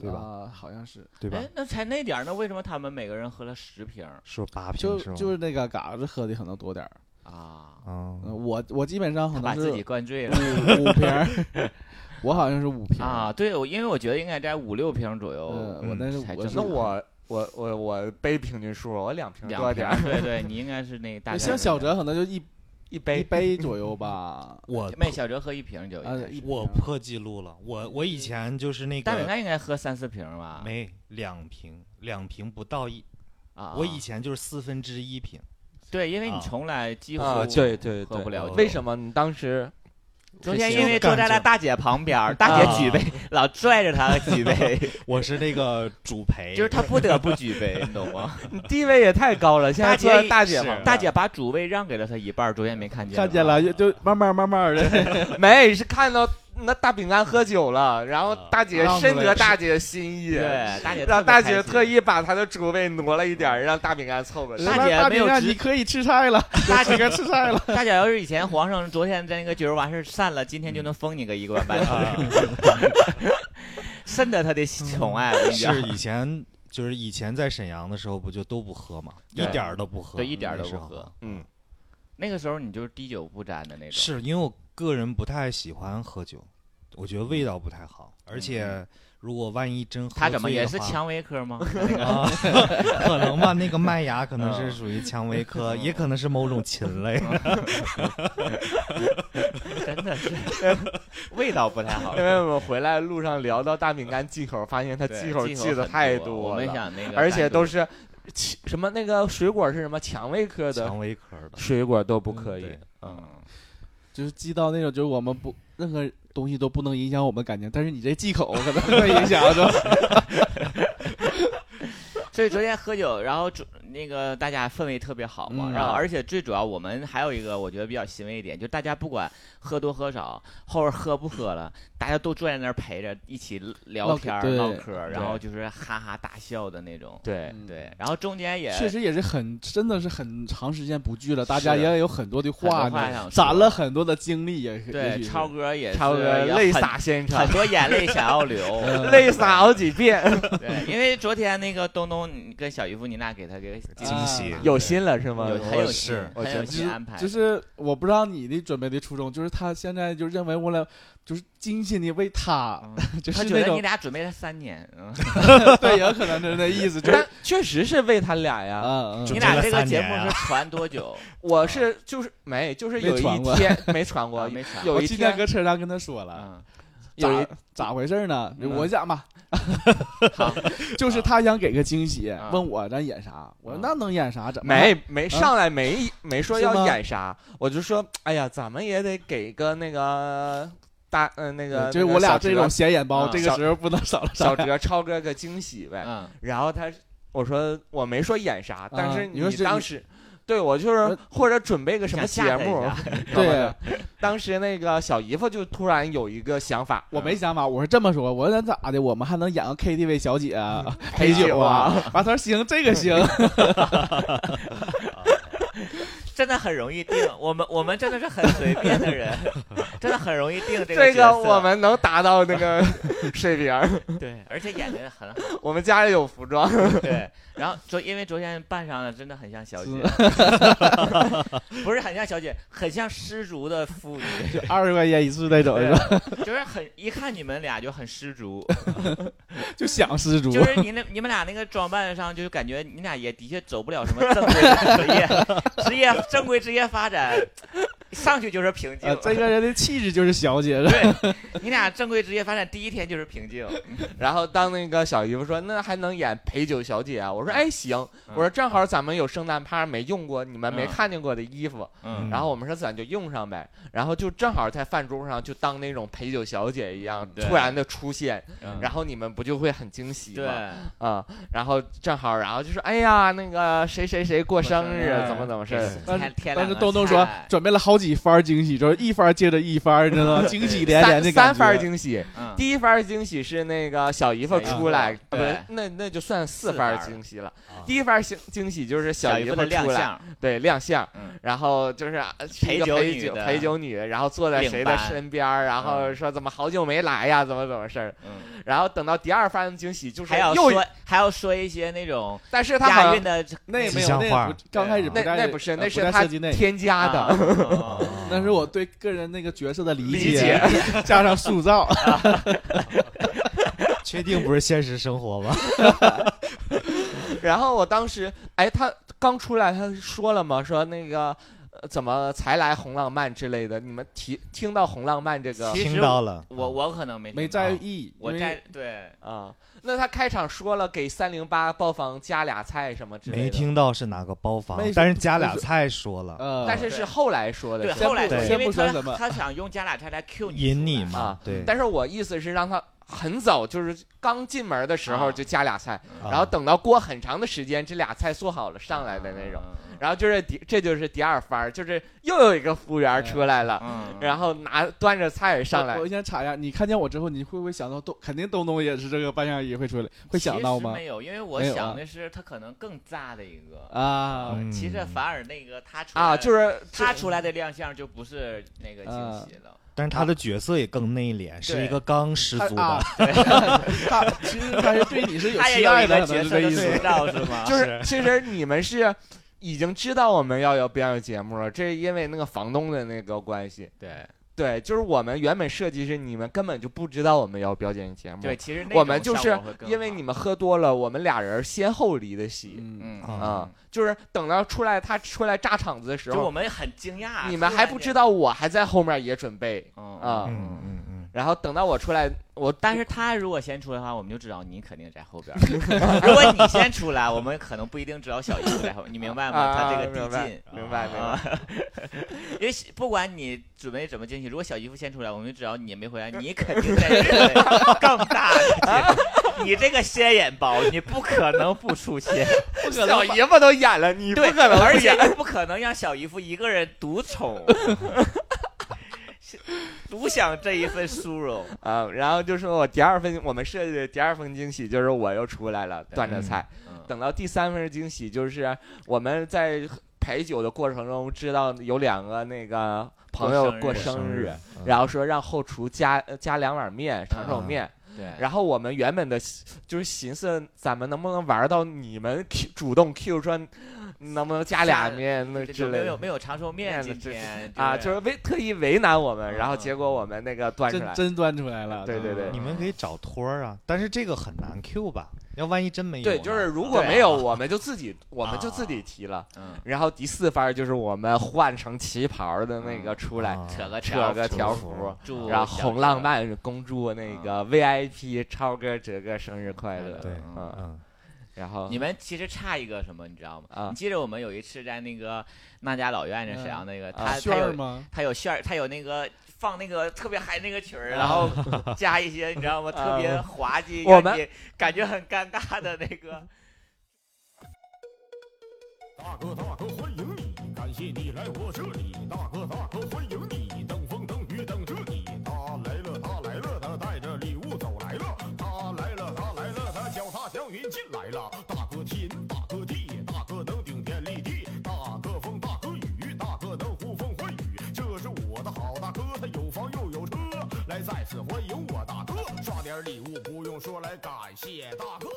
S7: 对吧
S6: 啊好像是，
S7: 对吧
S4: 哎？，那才那点儿，那为什么他们每个人喝了十瓶儿
S7: 是不是八
S6: 就
S7: 瓶是吗？
S6: 就是那个嘎子喝的可能多点儿，
S4: 啊？
S7: 嗯
S6: 呃我我基本上可
S4: 他
S6: 能
S4: 把
S6: 是
S4: 自己
S6: 五
S4: 灌醉了
S6: 五瓶儿， 我好像是五瓶儿
S4: 啊？，对，我因为我觉得应该在五六瓶左右
S6: 呃，我那是
S4: 才
S6: 我
S4: 正
S6: 是
S5: 那
S4: 常
S5: 我我我我杯平均数，我两瓶
S4: 两
S5: 多
S4: 瓶嗯
S5: 点
S4: 儿
S5: 儿，
S4: 对对，你应该是那大概
S6: 像
S4: 是
S6: 小
S4: 那样
S6: 哲可能就一
S5: 一
S6: 一
S5: 杯
S6: 杯左右 吧，
S7: 我
S4: 没小哲喝一瓶酒，
S6: 呃，一
S7: 我
S4: 嗯
S6: 瓶儿
S7: 破纪录了，我我以前就是那
S4: 大饼
S7: 个
S4: 嗯干应该喝三四瓶吧？
S7: 没两瓶，两瓶不到一，
S4: 啊，
S7: 我以前就是四分之 一瓶。
S4: 对，因为
S7: 啊
S4: 你从来几乎
S5: 啊，对对
S4: 喝不
S5: 对
S4: 了酒。
S5: 为什么你当时
S4: 中间
S7: 是
S4: 因为坐在了大姐旁边儿，大姐举杯，老拽着她举杯，
S7: 我是那个 主陪，
S4: 就是她不得不举杯，你懂吗？
S5: 你地位也太高了？现在
S4: 大姐
S5: 坐在大姐
S7: 是
S5: 旁边
S4: 大姐把主位让给了她一半儿，昨天没看见，啊
S6: 看见了，就就慢慢慢慢的，
S5: 没是看到那大饼干喝酒了，然后
S7: 啊
S5: 大姐
S6: 让
S5: 深
S6: 出
S5: 得
S6: 来
S5: 大姐心意，
S4: 对，大姐特别
S5: 让大
S4: 开心
S5: 姐特。意把她的主位挪了一点儿，让大饼干凑过去。
S4: 大姐
S6: 大
S4: 没有
S6: 饼干
S4: 直
S6: 你可以吃 菜了，
S4: 大
S6: 姐该吃菜了，
S4: 大姐要是以前皇上昨天在那个酒肉完事儿散了，今天就能封你个一官半职， 深得她的宠爱，我跟你讲
S7: 是。以前就是以前在沈阳的时候不就都不喝嘛，一
S4: 对
S7: 点儿都不喝，
S4: 对，一点儿
S7: 那
S4: 都
S7: 时
S4: 不
S7: 候
S4: 喝。。
S5: 嗯，
S4: 那个时候你就是滴酒不沾的那种。
S7: 是因为我个人不太喜欢喝酒，我觉得味道不太好，而且如果万一真喝
S4: 嗯他怎么
S7: 醉
S4: 也
S7: 的
S4: 是
S7: 话
S4: 蔷薇科吗？那个
S7: 啊，可能吧，那个麦芽可能是属于蔷薇科，也可能是某种禽类。
S4: 真的是 味道不太 好
S5: 因。为我们回来路上聊到大饼干忌口，发现他
S4: 对
S5: 忌口
S4: 忌口
S5: 忌的
S4: 很
S5: 太
S4: 多，我
S5: 了，
S4: 们想那个，
S5: 而且都
S4: 是
S5: 是其什么那个水 果是什么蔷薇科的
S7: 蔷薇科的，
S5: 水果都不可以
S7: 对，
S5: 嗯，
S4: 嗯，
S6: 就是记到那种，就是我们不任何东西都不能影响我们感情，但是你这忌口可能会影响，是吧？
S4: 所以昨天喝酒，然后主那个大家氛围特别好嘛，
S6: 嗯
S4: 然后
S5: 啊
S4: 而且最主要我们还有一个我觉得比较欣慰一点，就大家不管喝多喝少，后边喝不喝了，大家都坐在那儿陪着一起聊
S6: 唠
S4: 天儿
S6: 对
S4: 唠嗑儿，然
S5: 对
S4: 后就是哈哈大笑的那种。
S5: 对，
S6: 嗯
S4: 对，然后中间也
S6: 确实也是很，真的是很长时间不聚了，大家
S4: 是
S6: 也有很多的
S4: 很
S6: 话
S4: 多话想说
S6: 呢，攒了很多的精力，也也
S4: 对
S6: 许是
S4: 超哥嗯也是
S5: 差不多
S4: 也
S5: 泪
S4: 很
S5: 洒现场
S4: 很，多眼泪想要流，
S5: 泪洒好几遍，
S4: 对，因为昨天那个东东你跟小姨夫你俩给他给惊
S7: 惊喜
S4: 啊
S5: 有心了是吗？
S4: 有很有
S5: 我
S4: 心
S7: 是
S5: 我
S4: 很
S5: 觉
S4: 有
S5: 得
S6: 就是
S4: 心安排，
S6: 就是我不知道你的准备的初衷，就是他现在就认为我俩就是精心的为嗯他， 就是
S4: 他觉
S6: 那
S4: 得
S6: 种
S4: 你俩准备了三年，嗯
S6: 对，有可能就是那意思，就是
S5: 但确实是为他俩呀，
S6: 嗯
S4: 你
S6: 嗯，
S4: 俩这个节目是传多久？
S5: 我是就是没，就是有
S6: 没
S5: 一
S6: 传过
S5: 天没传
S4: 啊
S5: 过，
S4: 没传
S5: 有
S6: 我
S5: 一
S6: 今天
S5: 天
S6: 搁车上跟他说了。
S4: 嗯，
S5: 有一
S6: 咋咋回事呢？
S5: 嗯
S6: 我讲吧，
S4: 好，
S6: 就是他想给个惊喜
S4: 啊，
S6: 问我咱演啥？我说那能演啥？怎么
S5: 没没
S6: 啊
S5: 上来没没说
S6: 是
S5: 要
S6: 吗
S5: 演啥，我就说哎呀，咱们也得给个那个大嗯那个，
S6: 就是
S5: 那个
S6: 我俩
S5: 小
S6: 这
S5: 哲
S6: 种显眼包，
S4: 嗯
S6: 这个时候不能少了
S5: 小哲超哥个惊喜
S6: 啊
S5: 呗。
S4: 嗯，
S5: 然后他我说我没说演啥，但是
S6: 你说是
S5: 当
S6: 你
S5: 时。对，我就是
S6: 呃
S5: 或者准备个什么
S4: 想
S5: 节
S4: 吓他一
S5: 目
S4: 下，
S5: 什么
S6: 对
S5: 的。当时那个小姨夫就突然有一个想法，
S6: 我没想法，我是这么说，我说咱咋的？我们还能演个 KTV 小姐啊、陪
S5: 酒
S6: 酒啊？完，他说行，这个行。
S4: 真的很容易定。我们我们真的是很随便的人， 真的很容易定这
S5: 这
S4: 角
S5: 个
S4: 色
S5: 我们能达到那 个水平儿，
S4: 对，而且演的很好。
S5: 我们家里有服装，
S4: 对，然后昨因为昨天扮上了，真的很像小姐， 不是很像小姐，很像失足的妇 女，
S6: 就二十块钱一次那种，是吧
S4: 对就是很一看你们俩就很失足，
S6: 就想失足。
S4: 就是你那你们俩那个装扮上，就感觉你俩也的确走不了什么正规的职业，职业正规职业发展上去就是平静。
S6: 呃，这个人的气质就是小姐，
S4: 对你俩正规职业发展第一天就是平 静，
S5: 然后当那个小姨夫说那还能演陪酒小姐啊，我说哎行，我说正好咱们有圣诞趴没用过你们没
S4: 嗯
S5: 看见过的衣服，
S4: 嗯
S5: 然后我们说咱就用上呗，然后就正好在饭桌上就当那种陪酒小姐一样
S4: 对
S5: 突然的出现，
S4: 嗯
S5: 然后你们不就会很惊喜
S4: 对，
S5: 吗？啊、然后正好然后就说哎呀那个谁谁谁过生
S4: 生
S5: 日
S4: 日
S5: 怎么怎么事
S4: 给
S5: 儿，
S6: 但
S4: 添
S6: 是
S4: 添
S6: 但
S4: 两
S6: 是
S4: 个
S6: 东东说
S4: 菜
S6: 准备了好几番惊喜，就是一番接着一 番，你知道吗？惊喜连连
S5: 三
S6: 的感觉。
S5: 三番惊喜，
S4: 嗯
S5: 第一番儿惊喜是那个小姨夫出
S4: 小
S5: 来，呃
S4: 姨夫
S5: 不
S4: 对
S5: 是，那那就算四番儿惊喜了
S4: 番儿啊。
S5: 第一番儿惊惊喜就是
S4: 小
S5: 姨
S4: 姨
S5: 夫
S4: 夫
S5: 出
S4: 的亮
S5: 来，
S4: 相，
S5: 对亮相
S4: 嗯，
S5: 然后就是啊是一
S4: 陪
S5: 个
S4: 酒
S5: 陪
S4: 女
S5: 酒
S4: 的
S5: 陪酒女，然后坐在
S4: 领
S5: 谁的
S4: 班
S5: 身边儿，然后
S4: 嗯
S5: 说怎么好久没来呀，怎么怎么事儿。
S4: 嗯，
S5: 然后等到第二番惊喜就是
S4: 还要
S5: 又一，
S4: 说还要说一些那种
S5: 但是他好
S4: 押
S5: 像
S4: 韵的
S6: 那也没
S7: 吉
S6: 有，
S7: 祥
S6: 那
S7: 话
S6: 也不刚开始
S5: 那
S6: 在
S5: 那不是，
S6: 呃
S5: 那是
S6: 不在
S5: 他
S6: 设计内。
S5: 添加
S4: 啊
S5: 的。
S4: 啊啊
S6: 那是我对个人那个角色的理
S5: 理解
S6: 加上塑造。
S7: 确定不是现实生活 吧？
S5: 然后我当时，哎，他刚出来，他说了吗？说那个。呃怎么才来红浪漫之类的？你们提听到红浪漫这个
S4: 其实
S7: 听到了，
S4: 我我可能没
S6: 没
S4: 听到
S5: 哦
S6: 在意，
S4: 我
S6: 因为
S4: 在对
S5: 啊，那他开场说了给三零八包房加俩菜什么之类的，
S7: 没，听到是哪个包房
S6: 没，
S7: 但是加俩菜说了，
S6: 呃，
S5: 但是是后来说的
S4: 对，
S5: 是吧，
S4: 后来
S7: 对
S4: 说因
S6: 先
S4: 为
S6: 不说
S4: 他
S6: 什么
S4: 他想用加俩菜来 Q 你
S7: 引你
S4: 出来
S7: 嘛
S5: 啊，
S7: 对，
S5: 但是我意思是让他很早，就是刚进门的时候
S4: 啊
S5: 就加俩菜，
S7: 啊
S5: 然后等到过很长的时间，这俩菜做好了上来的那
S4: 啊
S5: 种，，
S4: 嗯
S5: 然后就是第这就是第二番儿，就是又有一个服务员出来了，
S4: 嗯，
S5: 然后拿端着菜上来
S6: 我我，先查一下，你看见我之后，你会不会想到东？肯定东东也是这个扮相也会出来，会想到
S4: 其实
S6: 吗？
S4: 没有，因为我
S6: 没有啊
S4: 想的是他可能更炸的一个。
S5: 呃
S6: 啊，
S7: 嗯
S4: 其实反而那个他出来
S5: 啊，就是啊
S4: 他出来的亮相就不是那个惊喜了。
S7: 但是他的角色也更内敛，是一个刚十
S6: 他
S7: 足
S6: 啊
S7: 的，，
S6: 他其实他是对你是有
S4: 他也
S6: 期
S4: 有
S6: 待
S4: 一
S6: 的，
S4: 个
S6: 可能
S4: 角
S6: 是
S4: 色
S6: 这
S4: 的
S6: 意思
S4: 塑。造是吗？
S5: 就是其实你们是已经知道我们要有表演节目了，这是因为那个房东的那个关系。
S4: 对
S5: 对，就是我们原本设计是你们根本就不知道我们要表演节目，
S4: 对，其实那种
S5: 我们就
S4: 效
S5: 是
S4: 果会更
S5: 因为你
S4: 好
S5: 们喝多了，我们俩人先后离的席。
S6: 嗯，
S4: 嗯
S5: 啊，就是等到出来他出来炸场子的时
S4: 就我
S5: 候，
S4: 们很惊讶，
S5: 你们还不知道我还在后面也准备。
S4: 啊
S5: 啊
S7: 嗯嗯嗯，
S5: 然后等到我出来，我
S4: 但是他如果先出来的话，我们就知道你肯定在后边儿。 如果你先出来，我们可能不一定知道小姨夫在后，你明白吗？他
S5: 啊，
S4: 这个
S5: 明
S4: 递
S5: 白
S4: 进。
S5: 明白明白
S4: 啊， 因为不管你准备怎么惊喜，如果小姨夫先出来，我们就知道你没回来，你肯定在准备 更大的惊喜。你这个鲜眼包，你不可能不出 现，
S5: 小姨夫都演了，你不
S4: 对，
S5: 可能
S4: 而
S5: 不
S4: 且
S5: 演。
S4: 你不可能让小姨夫一个人独 宠，独享这一份殊荣。
S5: 啊，然后就说我第二份我们设计的第二份惊喜就是我又出来了，端着菜。
S4: 嗯
S5: 等到第三份惊喜就是我们在陪酒的过程中知道有两个那个朋友过
S4: 过
S5: 生
S4: 生
S5: 日，
S7: 嗯，
S5: 然后说让后厨加呃加两碗面，长手
S7: 啊
S5: 面。
S4: 对，
S5: 然后我们原本的就是寻思咱们能不能玩到你们 Q 主动 Q 说能不能加俩
S4: 加
S5: 面那
S4: 这
S5: 之
S4: 种没
S5: 类
S4: 有
S5: 的。
S4: 没有长寿面
S5: 面
S4: 今
S5: 的
S4: 天
S5: 啊，就是为特意为难我们，然后
S4: 嗯
S5: 结果我们那个端出来
S6: 真，真端出来了。啊
S5: 对对对
S7: 你们可以找托儿啊，但是这个很难 Q 吧？要万一真没有呢，
S5: 对，就是如果
S4: 对
S5: 没有，我们就自己我们就
S7: 啊
S5: 自己提了。
S4: 嗯，
S5: 然后第四番就是我们换成旗袍的那个出来，
S7: 啊
S4: 扯个
S5: 扯个条
S4: 条
S5: 幅，
S4: 祝
S5: 然后
S4: 小
S5: 红浪漫公主那
S4: 嗯
S5: 个 VIP 超哥哲哥生日快乐，
S7: 对
S5: 嗯，
S7: 嗯，
S5: 然后
S4: 你们其实差一个什么，你知道吗？
S5: 啊
S4: 你记得我们有一次在那个那家老院，在沈
S7: 嗯
S4: 阳那个，
S5: 啊
S4: 他
S6: 炫
S4: 他
S6: 儿
S4: 有
S6: 吗？
S4: 他有炫儿，他有那个放那个特别嗨那个曲儿，然后 加一些你知道吗？特别
S5: 啊
S4: 滑稽，
S5: 我
S4: 让
S5: 们
S4: 你感觉很尴尬的那个。
S9: 大哥大哥欢迎你，感谢你来我这里。大哥大哥欢迎你，等风等雨等着你。他来了他来了，他带着礼物走来了。他来了他来了，他脚踏祥云进来了。大哥天大哥地，大哥能顶天立地，大哥风大哥雨，大哥能呼风唤雨。这是我的好大哥，他有房又有车，来再次欢迎我大哥，刷点礼物不用说，来感谢大哥。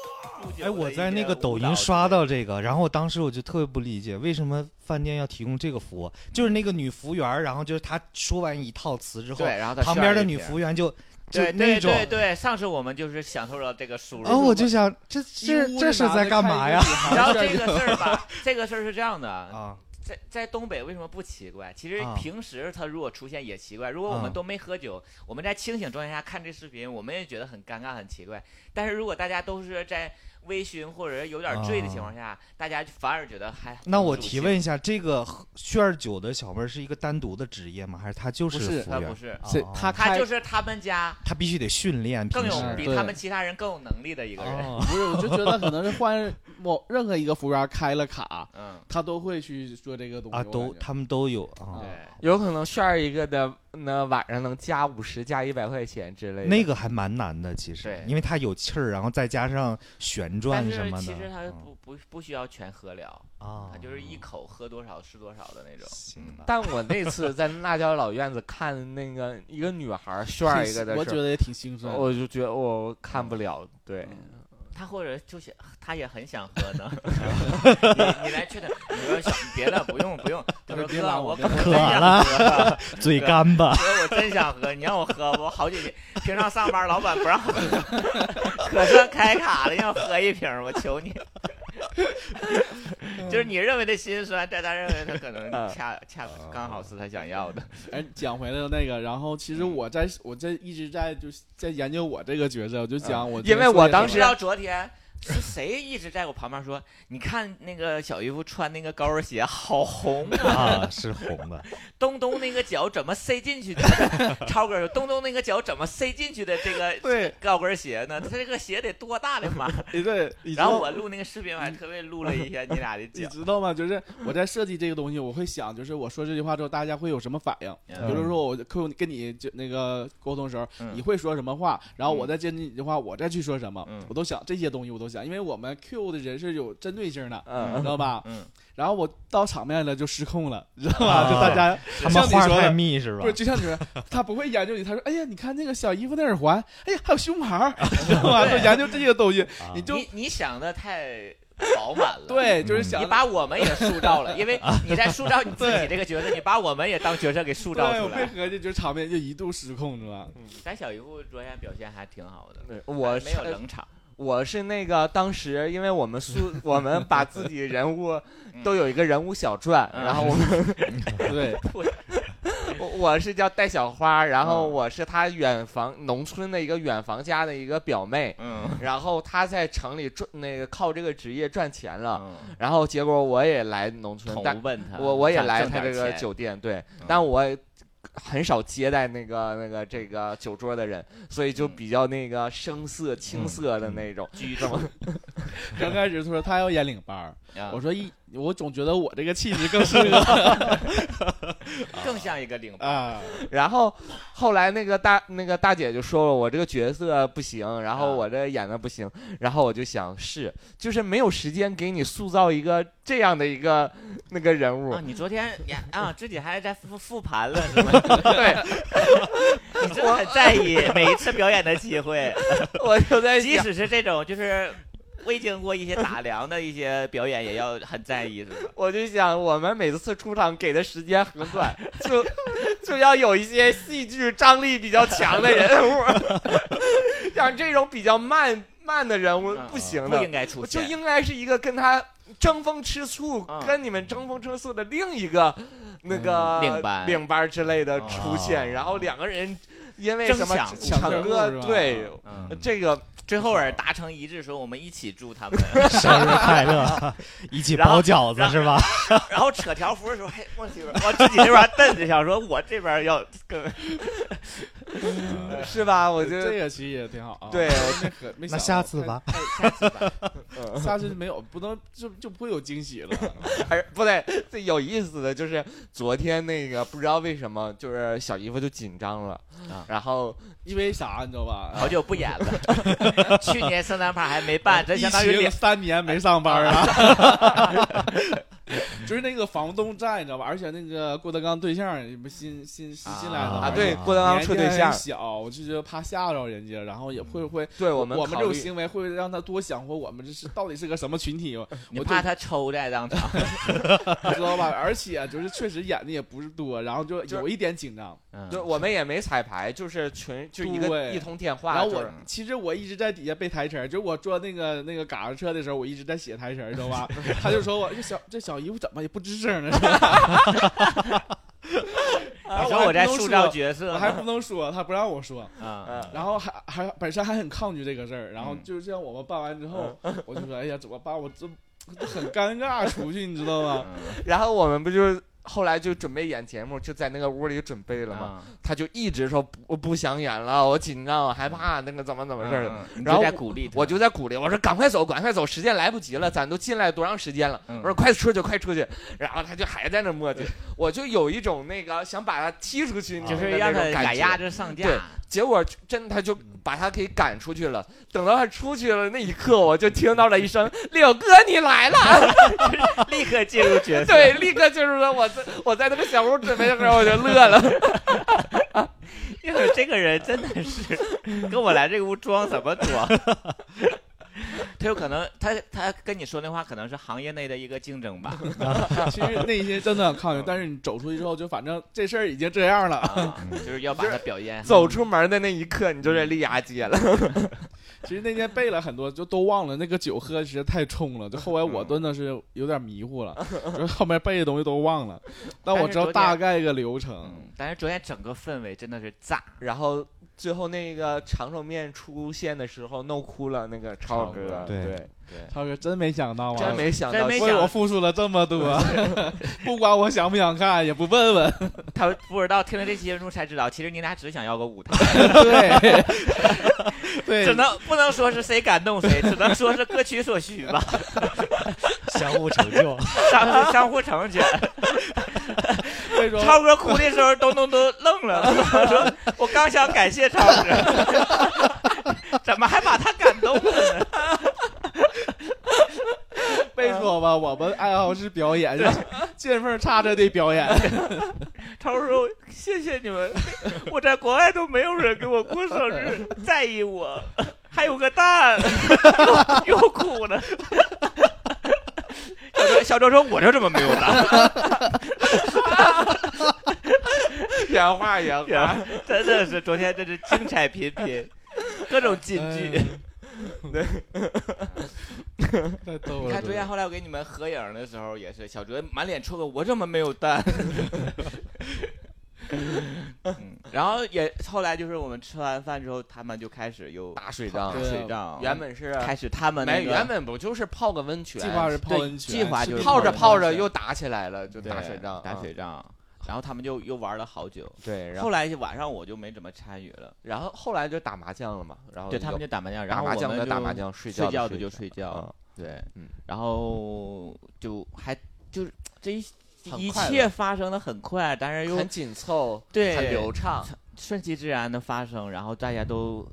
S7: 哎，我在那个抖音刷到这个，然后我当时我就特别不理解，为什么饭店要提供这个服务？就是那个女服务员儿，然后就是她说完一套词之后
S4: 对，，然后他
S7: 旁边的女服务员就就
S4: 对
S7: 那
S4: 对
S7: 种，
S4: 对对，上次我们就是享受了这个输入。
S7: 哦，我就想这
S6: 一
S7: 这
S6: 屋
S7: 这
S6: 子
S7: 是
S6: 拿
S7: 在
S6: 着
S7: 干
S6: 看一
S7: 嘛
S6: 个
S7: 呀
S6: 女？孩
S4: 然后
S6: 炫
S4: 这个事儿吧，这个事儿是这样的，
S7: 啊，
S4: 在在东北为什么不奇怪？其实
S7: 啊
S4: 平时它如果出现也奇怪。如果我们都没喝酒，我们在清醒状态下看这视频，我们也觉得很尴尬、很奇怪。但是如果大家都是在微醺或者有点醉的情况下，大家反而觉得还……
S7: 啊那我提问一，下，这个喝炫儿酒的小妹儿是一个单独的职业吗？还是她就
S6: 不是
S7: 服务
S4: 他
S7: 员
S4: 不？是，
S6: 是
S7: 哦
S6: 他
S4: 他
S6: 开
S4: 就是他们家
S7: 她必须得训练，平
S4: 更
S7: 时
S4: 有比
S6: 对
S4: 他们其他人更有能力的一个人。
S7: 哦
S6: 不是，我就觉得可能是换某任何一个服务员开了卡，
S4: 嗯，
S6: 他都会去做这个东西。
S7: 啊，
S6: 我
S7: 都
S6: 感觉
S7: 他们都有啊。
S4: 对。
S5: 有可能炫儿一个的那晚上能加五十加一百块钱之类的。
S7: 那个还蛮难的，其实
S4: 对，
S7: 因为它有气儿，然后再加上旋转
S4: 但
S7: 什
S4: 是
S7: 么的。
S4: 其实他
S7: 嗯
S4: 不不不需要全喝了，
S7: 啊，
S4: 他就是一口喝多少是多少的那种。
S7: 行吧。
S5: 但我那次在辣椒老院子看那个一个女孩儿炫儿一个的
S6: 我
S5: 时
S6: 觉
S5: 候，
S6: 得也挺心
S4: 哦
S6: 酸。
S5: 我就觉得我看不了，对，
S4: 嗯他或者就是他也很想喝呢， 你你来劝他，你说小别的不用不用，他说
S6: 别
S4: 哥
S6: 拉
S4: 我
S6: 我
S4: 可
S7: 别拉我
S4: 了，
S7: 嘴干吧，
S4: 哥我真想喝，你让我喝我好几瓶，平常上班老板不让喝，可算开卡了，让我喝一瓶，我求你。就是你认为的心酸，在他认为他可能恰恰刚好是他想要的。
S6: 哎，讲回来那个，然后其实
S4: 嗯
S6: 我在我在一直在就是在研究我这个角色，我就
S4: 嗯
S6: 讲我
S5: 因为我当
S4: 你
S5: 时
S4: 知道昨天是谁一直在我旁边说，你看那个小姨夫穿那个高跟鞋好红啊，
S7: 啊，是红的，
S4: 东东那个脚怎么塞进去的？ 超哥说，东东那个脚怎么塞进去的这个
S6: 对
S4: 高跟鞋呢？他这个鞋得多大的码？
S6: 对，你知
S4: 然后
S6: 道
S4: 我录那个视频，我还特别录了一下你俩的
S6: 你
S4: 脚，
S6: 知道吗？就是我在设计这个东西，我会想，就是我说这句话之后，大家会有什么反应？比
S4: 嗯
S6: 如说我跟跟你就那个沟通的时候，
S4: 嗯
S6: 你会说什么话，然后
S4: 嗯
S6: 我再接你的话，我再去说什么
S4: 嗯，
S6: 我都想这些东西，我都想，因为我们 Q 的人是有针对性的，你
S5: 嗯
S6: 知，道吧？
S4: 嗯，啊
S6: 然后我到场面了就失控了，你知道吧？就大家
S7: 他们
S6: 像
S7: 花
S6: 你说
S7: 太
S6: 的
S7: 密是吧
S6: 不是，？就像你说，他不会研究你。他说：“哎呀，你看那个小姨夫那耳环，哎呀，还有胸牌儿，知道吧？”就研究这些东西，
S7: 啊
S6: 你就
S4: 你你想的太饱满了。。
S6: 对，就是想
S4: 嗯你把我们也塑造了，因为你在塑造你自己这个角色，你把我们也当角色给塑
S6: 对
S4: 造出
S6: 我
S4: 来
S6: 配。合，就就是场面就一度失控，是吧？
S4: 咱小姨夫昨天表现还挺好的，
S5: 对我
S4: 哎没有
S5: 是
S4: 冷场，
S5: 我是那个当时，因为我 们宿我们把自己人物
S4: 嗯
S5: 都有一个人物小传，
S4: 嗯
S5: 然后我们
S6: 对，
S5: 我我是叫戴小花，然后
S4: 嗯
S5: 我是她远房农村的一个远房家的一个表妹，
S4: 嗯
S5: 然后她在城里赚那个靠这个职业赚钱了，
S4: 嗯，
S5: 然后结果我也来农村，但
S4: 捅问他，
S5: 我我也
S4: 想
S5: 来
S4: 挣
S5: 他这
S4: 点
S5: 个
S4: 钱，
S5: 酒店，对
S4: 嗯，
S5: 但我很少接待那个那个这个酒桌的人，所以就
S4: 嗯
S5: 比较那个声色青涩的那种。
S4: 居住，
S6: 刚开始他说他要演领班儿，
S4: 啊
S6: 我说一，我总觉得我这个气质 更适合
S4: 更像一个领班，
S6: 啊。
S5: 然后后来那个大那个大姐就说了，我这个角色不行，然后
S4: 啊
S5: 我这演的不行，然后我就想是，就是没有时间给你塑造一个这样的一个那个人物
S4: 啊，，你昨天你啊，自己还在复复盘了 是吗？
S5: 对
S4: 你真的很在意每一次表演的机 会，
S5: 我就
S6: 哎
S5: 在
S4: 即
S5: 想，
S4: 使是这种就是未经过一些打量的一些表演，也要很在意是吧？
S5: 我就想，我们每次出场给的时间很短，就就要有一些戏剧张力比较强的人物， 像这种比较慢慢的人物不行
S4: 啊不
S5: 的
S4: 应，该出
S5: 我就
S4: 现，
S5: 应该是一个跟他争风吃醋
S4: 嗯，
S5: 跟你们争风吃醋的另一个那个
S4: 领班
S5: 领班之类的出
S7: 哦
S5: 现，然后两个人因为
S4: 争
S5: 什么
S4: 抢
S6: 抢
S5: 抢
S6: 任务
S5: 个
S6: 是吧
S5: 对
S4: 嗯，
S5: 这个
S4: 最后人达成一致说我们一起祝 他们，
S7: 生日快乐，一起包饺子
S4: 然后
S7: 是吧？
S4: 然后扯条幅的时候，嘿，我媳 妇儿，哎我自己这边瞪着，想说我这边要跟
S5: 是吧？我觉
S6: 这
S5: 得
S6: 个其实也挺好啊。
S5: 对
S6: 没可，没
S7: 那
S6: 想
S7: 下
S6: 到
S7: 次吧，
S6: 哎下次吧，下次就没有，不能就就不会有惊喜了。
S5: 而不对，最有意思的就是昨天那个不知道为什么，就是小姨夫就紧张了
S4: 啊，
S5: 然后
S6: 因为啥，你知道 吧？
S4: 好久不演了， 去年圣诞趴还没办，这相当于
S6: 疫情
S4: 两
S6: 三年没上班啊， 就是那个房东债，你知道吧？而且那个郭德纲对象也不新新新新来的
S5: 啊，
S6: 嘛
S5: 对郭德纲处对
S6: 年纪还
S5: 象，
S6: 小，我就觉得怕吓着人家，然后也会会
S5: 对
S6: 我
S5: 们
S6: 我
S5: 我
S6: 们这种行为会不会让他多想过我们这是到底是个什么群体？
S4: 你
S6: 我就
S4: 怕他抽在当场，
S6: 啊你知道吧？而且就是确实演的也不是多，然后就有一点紧张，
S4: 嗯
S5: 对，我们也没彩排，就是群就一个
S6: 对
S5: 一通电
S6: 然
S5: 话，
S6: 后
S5: 就
S6: 我
S5: 是
S6: 其实我一直在底下背台词儿，就是我坐那个那个嘎嘎车的时候，我一直在写台词儿，知道吧？他就说我这小这小姨夫怎么也不吱声呢？ 是吧然后
S4: 你说我在
S6: 还不能
S4: 塑造
S6: 说
S4: 角色
S6: 啊我
S4: 呢，
S6: 还不能说，他不让我说。
S4: 啊，
S5: 嗯，
S6: 然后还还本身还很抗拒这个事儿，然后
S4: 嗯
S6: 就是像我们办完之后，我就说哎呀怎么办？我这这很尴尬，出去你知道吗？
S5: 然后我们不就后来就准备演节目，就在那个屋里准备了嘛。
S4: 吗？
S5: 他就一直说不我不想演了，我紧张，我害怕，那个怎么怎么事儿的。
S4: 嗯嗯你
S5: 然
S4: 就
S5: 后
S4: 在鼓励他，
S5: 我就在鼓励我说：“赶快走，赶快走，时间来不及了，咱都进来多长时间了？”
S4: 嗯
S5: 我说：“快出去，快出去！”然后他就还在那磨叽，我就有一种那个想把他踢出去，你
S4: 就
S5: 知道
S4: 是
S5: 那
S4: 让他
S5: 种感
S4: 赶
S5: 觉
S4: 鸭子上架
S5: 对。结果真他就
S4: 嗯
S5: 把他给赶出去了。等到他出去了那一刻，我就听到了一 声“柳哥你来了”，
S4: 立刻进入角色。
S5: 对，立刻就是说我在我在那个小屋准备的时候我就乐了。
S4: 因为这个人真的是跟我来这屋装什么装？ 他有可能，他他跟你说那话可能是行业内的一个竞争吧。
S6: 其实内心真的很抗拒，但是你走出去之后，就反正这事儿已经这样了。
S4: 啊，就是要把他表演好。
S5: 走出门的那一刻，你就在立牙街了。
S6: 其实那天背了很多，就都忘了那个酒喝实在太冲了，就后来我真的是有点迷糊了，就是后面背的东西都忘了，但我知道大概个流程。
S4: 嗯，但是昨天整个氛围真的是炸，
S5: 然后最后那个长寿面出现的时候，弄哭了那个超哥。
S7: 对
S5: 对，
S6: 超哥真没想到啊，
S5: 真没想
S4: 真
S5: 到
S4: 没
S6: 为我付出了这么多， 不管我想不想看，也不问问。
S4: 他不知道听了这期节目才知道，其实你俩只想要个舞台，
S6: 对， 对，
S4: 只能不能说是谁感动谁，只能说是各取所需吧，
S7: 相互成就。
S4: 相相互成全。
S6: 所以说
S4: 超哥哭的时候，东东都愣了，说：“我刚想感谢超哥，怎么还把他感动了呢
S6: 没说吧，我们爱好是表演，见缝插针的表演。？”
S4: 超哥说：“谢谢你们，我在国外都没有人给我过生日，在意我，还有个 蛋，又又哭了。”小周，小周说：“我就这么没有蛋，
S5: 原话原话。
S4: 真的是昨天真是精彩频频，各种金句。
S6: 太逗了！
S4: 你看昨天后来我给你们合影的时候，也是小哲满脸臭个，我怎么没有 蛋？嗯，然后也后来就是我们吃完饭之后，他们就开始又
S5: 打水仗
S4: 打
S6: 对
S4: 水仗，
S5: 原本是
S4: 开始他们那
S5: 没，
S4: 个
S5: 原本不就是泡个温泉？
S6: 计划是泡温泉，
S4: 计划就是
S5: 泡着泡着
S4: 温泉
S5: 又打起来了，就
S4: 对
S5: 打水仗，
S4: 打水
S5: 啊。
S4: 仗，然后他们就又玩了好久。
S5: 对，然后
S4: 后来就晚上我就没怎么参与了，
S5: 然后后来就打麻将了嘛，然后
S4: 对他们就打麻将，然后
S5: 哦打
S4: 我
S5: 麻
S4: 们
S5: 将的
S4: 就
S5: 打麻，将，睡
S4: 睡
S5: 觉
S4: 的就
S5: 睡
S4: 睡觉
S5: 啊，
S4: 对
S5: 嗯，
S4: 然后就还就是这一
S5: 很
S4: 一
S5: 快
S4: 切
S5: 乐
S4: 发生的很快，但是又
S5: 很紧凑，
S4: 对
S5: 很流畅。
S4: 顺其自然的发生，然后大家都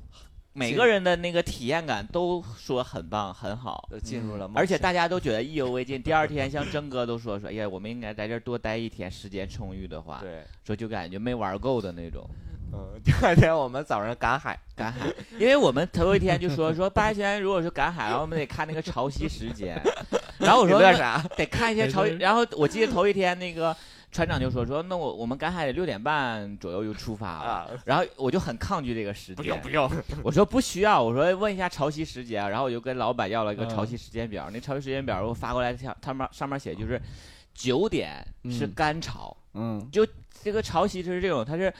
S4: 每
S5: 进
S4: 个人的那个体验感都说很棒很好，
S5: 呃进入了梦乡，
S4: 嗯而且大家都觉得意犹未尽。第二天，像征哥都说说，哎呀，我们应该在这儿多待一天，时间充裕的话，
S5: 对，
S4: 说就感觉没玩够的那种。
S5: 嗯，第二天我们早上赶海，
S4: 赶海， 因为我们头一天就说说八仙，如果是赶海，然后我们得看那个潮汐时间。然后我
S5: 你
S4: 说
S5: 乐
S4: 那
S5: 啥？
S4: 得看一些潮汐。然后我记得头一天那个船长就说说，那我我们赶海得六点半左右就出发了。
S5: 啊，
S4: 然后我就很抗拒这个时间，
S5: 不用不用，
S4: 我说不需要，我说问一下潮汐时间，然后我就跟老板要了一个
S6: 嗯
S4: 潮汐时间表，那潮汐时间表给我发过来，上他们上面写就是九点是
S6: 嗯
S4: 干潮，
S6: 嗯，
S4: 这个潮汐就是这种，它是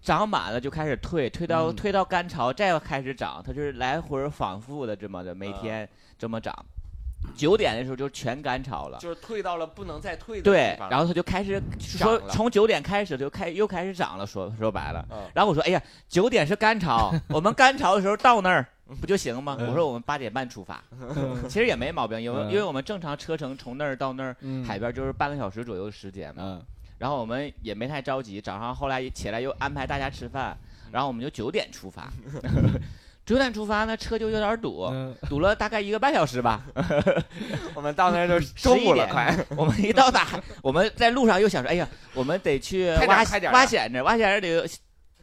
S4: 涨满了就开始退，退到、
S6: 嗯
S4: 退到干潮再开始涨，它就是来回反复的这么的，
S5: 啊
S4: 每天这么涨，九点的时候就全干潮了。
S5: 就是退到了不能再退的
S4: 对
S5: 地，方
S4: 然后它就开始说
S5: 涨了
S4: 从九点开始就开又开始涨了，说说白了，
S5: 嗯
S4: 然后我说，哎呀，九点是干潮，我们干潮的时候到那儿不就行吗？我说我们八点半出发， 其实也没毛病，因为
S6: 嗯
S4: 因为我们正常车程从那儿到那儿
S6: 嗯
S4: 海边就是半个小时左右的时间嘛，
S6: 嗯，
S4: 然后我们也没太着急，早上后来起来又安排大家吃饭，
S6: 嗯
S4: 然后我们就九点出发，九点出发呢车就有点堵，
S6: 嗯
S4: 堵了大概一个半小时吧，
S5: 我们到那儿就
S4: 11
S5: 中午了，
S4: 点
S5: 快。
S4: 我们一到达，我们在路上又想说，哎呀，我们得去
S5: 快点
S4: 挖
S5: 快
S6: 啊
S5: 点
S4: 挖险子，挖险子得。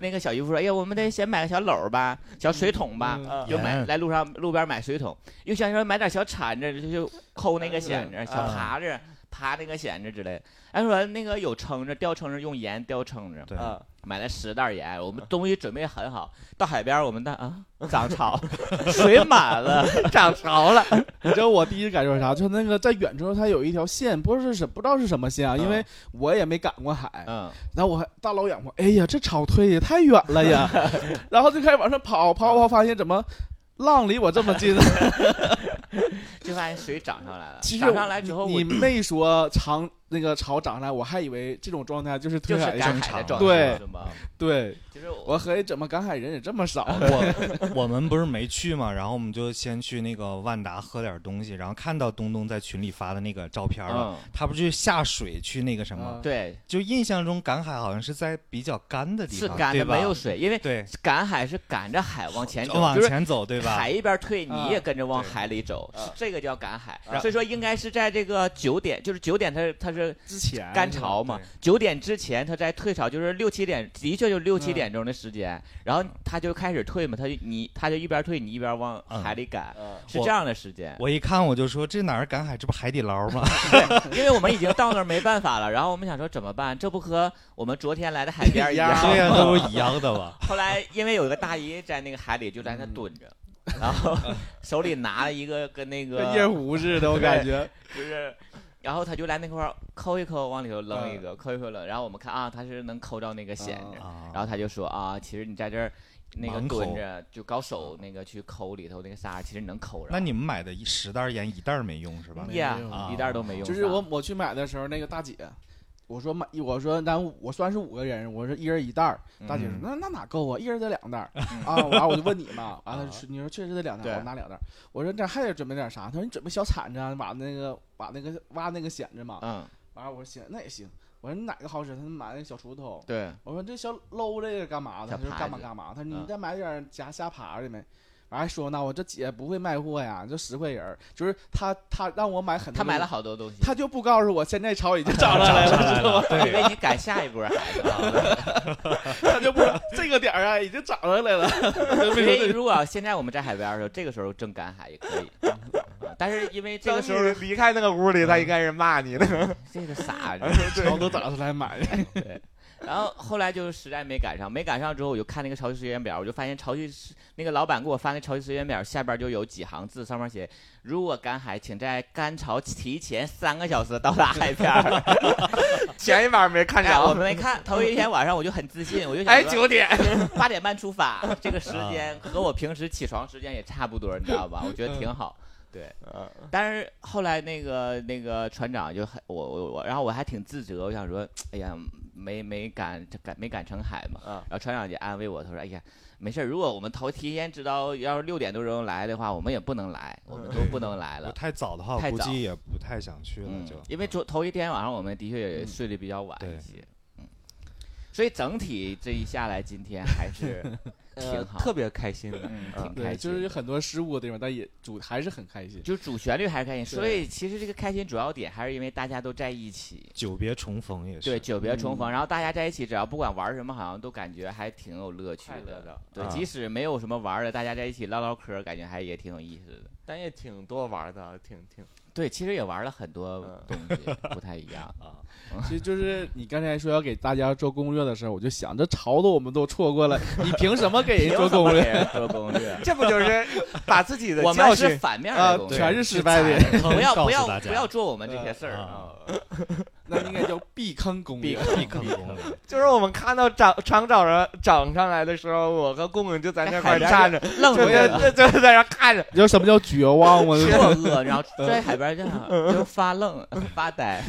S4: 那个小姨夫说：“哎呀，我们得先买个小篓儿吧，小水桶吧，
S6: 嗯
S4: 就买
S7: 嗯
S4: 来路上路边买水桶，又想说买点小铲子，就就抠那个蚬子、小
S5: 嗯
S4: 耙子、爬那个蚬子之类的。哎，说那个有蛏子，钓蛏子用盐钓蛏子，
S7: 对，
S5: 啊，
S4: 嗯买了十袋盐，我们东西准备很好。到海边，我们的啊涨 潮，水满了，涨潮了。
S6: 你知道我第一感觉是啥？就那个在远处它有一条线，不是什不知道是什么线啊，因为我也没赶过海。
S4: 嗯，
S6: 然后我还大老远我，哎呀，这草推也太远了 呀！然后就开始往上跑，跑跑，发现怎么浪离我这么 近？
S4: 就发现水涨上来了。
S6: 其实
S4: 涨上来之后，
S6: 你
S4: 我
S6: 没说长那个潮涨上来，我还以为这种状态就是推
S4: 就是
S6: 海
S4: 赶
S6: 生
S4: 海的
S7: 长
S4: 状
S6: 对
S4: 态，是吗？
S6: 对，
S4: 就是我
S6: 我合计怎么赶海人也这么少？
S7: 我我们不是没去嘛，然后我们就先去那个万达喝点东西，然后看到东东在群里发的那个照片了，
S4: 嗯，
S7: 他不是下水去那个什么？
S6: 啊
S4: 对，
S7: 就印象中赶海好像是在比较干的地
S4: 是
S7: 方，
S4: 赶
S7: 对
S4: 的
S7: 吧？
S4: 没有水，因为
S7: 对，
S4: 赶海是赶着海往前走，
S7: 往
S4: 就是
S7: 前走对吧嗯
S4: 海？一边退，
S6: 啊
S4: 你也跟着往
S7: 对嗯
S4: 海里走，
S6: 啊
S4: 这个叫赶海
S6: 啊。
S4: 所以说应该是在这个九点，就是九点它是它是
S6: 之前
S4: 干潮嘛
S7: 哎对，
S4: 九点之前它在退潮，就是六七点，的确就六
S7: 嗯
S4: 七点钟的时间，然后它就开始退嘛，它就你它就一边退，你一边往海里赶，是
S7: 嗯
S5: 嗯
S7: 我
S4: 这样的时间。
S7: 我一看我就说这哪儿赶海，这不海底捞 吗？
S4: 因为我们已经到那儿没办法了，然后我们想说怎么办？这不和我们昨天来的海边儿一样
S7: 对呀，
S4: 吗？
S7: 都一样的 吧？
S4: 后来因为有一个大爷在那个海里就在那
S7: 嗯
S4: 蹲着，然后手里拿了一个跟那
S6: 跟
S4: 个
S6: 夜壶似的，我感 觉
S4: 就是，然后他就来那块儿抠一抠，往里头扔一
S7: 嗯
S4: 个，抠一抠扔。然后我们看啊，他是能抠到那个蚬子，
S7: 啊，
S4: 然后他就说啊，其实你在这儿那个
S7: 盲抠
S4: 蹲着，就搞手那个去抠里头那个沙，其实你能抠着。
S7: 那你们买的一十袋盐一袋儿没用是吧？
S6: 没
S4: 呀
S6: 用
S7: 啊
S4: 一袋儿都没用上，
S6: 就是我我去买的时候，那个大姐，我说买，我说咱五我算是五个人，我说一人一袋儿。大姐说
S7: 嗯
S6: 那那哪够啊，一人得两 袋儿啊。然后我就问你嘛，完了
S4: 啊
S6: 是你说确实得两袋
S4: 对
S6: 儿，我拿两袋儿。我说这还得准备点啥？她说你准备小铲子啊，把那个把那个挖那个蚬子嘛。
S4: 嗯，
S6: 完了我说行，那也行。我说你哪个好使？她说买那个小锄头。
S4: 对，
S6: 我说这小搂这个干嘛的？
S4: 小
S6: 他说
S4: 耙
S6: 干嘛
S4: 子
S6: 干嘛。他说你
S4: 嗯
S6: 再买点儿夹虾爬的没？完还说呢，我这姐不会卖货呀，这实惠人儿。就是他他让我买很多，
S4: 他买了，好多东西，
S6: 他就不告诉我现在潮已经涨上来了，知道吗？
S4: 因为你赶下一波海子啊。
S6: 他就不知道这个点儿啊已经涨上来了。
S4: 因为如果现在我们在海边儿的时候，这个时候正赶海也可 以，啊但是因为这个时候嗯
S5: 等你离开那个屋里，他应该是骂你的。
S4: 这个傻子。
S6: 潮都涨上来买，
S4: 然后后来就是实在没赶上，没赶上之后我就看那个潮汐时间表，我就发现潮汐时那个老板给我发那潮汐时间表下边就有几行字，上面写：如果赶海，请在干潮提前三个小时到达海边儿。
S5: 前一晚没看
S4: 哎，我
S5: 着，啊
S4: 们没看，头一天晚上我就很自信，我就想
S5: 哎，
S4: 说
S5: 九点，
S4: 八点半出 发，这个时间和我平时起床时间也差不多，你知道吧？我觉得挺好。对，
S5: 嗯
S4: 但是后来那个那个船长就很我我我，然后我还挺自责，我想说，哎呀，没没赶赶没赶成海嘛。
S5: 嗯
S4: 然后船长就安慰我，他说，哎呀，没事儿，如果我们头提前知道要是六点多钟来的话，我们也不能来，我们都不能来
S7: 我
S4: 了。
S7: 太早的话，我
S4: 太
S7: 估
S4: 早
S7: 计也不太想去了，
S4: 嗯
S7: 就，
S4: 因为昨头一天晚上我们的确也
S6: 嗯
S4: 睡得比较晚
S7: 对
S4: 一些，嗯，所以整体这一下来，今天还是 挺好，
S5: 呃嗯特别开心的。
S4: 嗯，挺开心，
S6: 对，就是有很多失误的地方，但也主还是很开心。
S4: 就是主旋律还是开心，所以其实这个开心主要点还是因为大家都在一起，
S7: 久别重逢也是。
S4: 对，久别重逢，然后大家在一起，只要不管玩什么，好像都感觉还挺有乐趣
S5: 快乐
S4: 的
S5: 的。
S4: 对，
S5: 啊
S4: 即使没有什么玩的，大家在一起唠唠嗑，感觉还也挺有意思的。
S5: 但也挺多玩的，啊挺挺
S4: 对，其实也玩了很多
S5: 嗯，
S4: 东西，不太一样。
S6: 其实就是你刚才说要给大家做攻略的时候，我就想，这潮都我们都错过了，你凭什么给人做攻略？
S4: 略，做攻略
S5: 这不就是把自己的
S4: 我
S5: 教
S4: 们是
S5: 训？
S4: 反面
S6: 啊
S4: 的攻
S7: 对
S4: 略，
S6: 全是失败的
S7: 去踩 坑
S4: 不要
S7: 告
S4: 不
S7: 诉
S4: 要
S7: 大家
S4: 不要做我们这些事儿啊
S7: 啊！
S6: 那应该叫避坑攻
S7: 避
S6: 略。
S7: 避坑攻略。
S5: 就是我们看到涨长涨上涨上来的时候，我和公公就在那块儿
S4: 在
S5: 站
S4: 海边
S5: 着，
S4: 愣着
S5: 就在
S4: 了
S5: 就就就在那看着。
S6: 你知道什么叫绝望 吗？嗯
S4: 错愕，然后在海边这样就发愣、 发呆，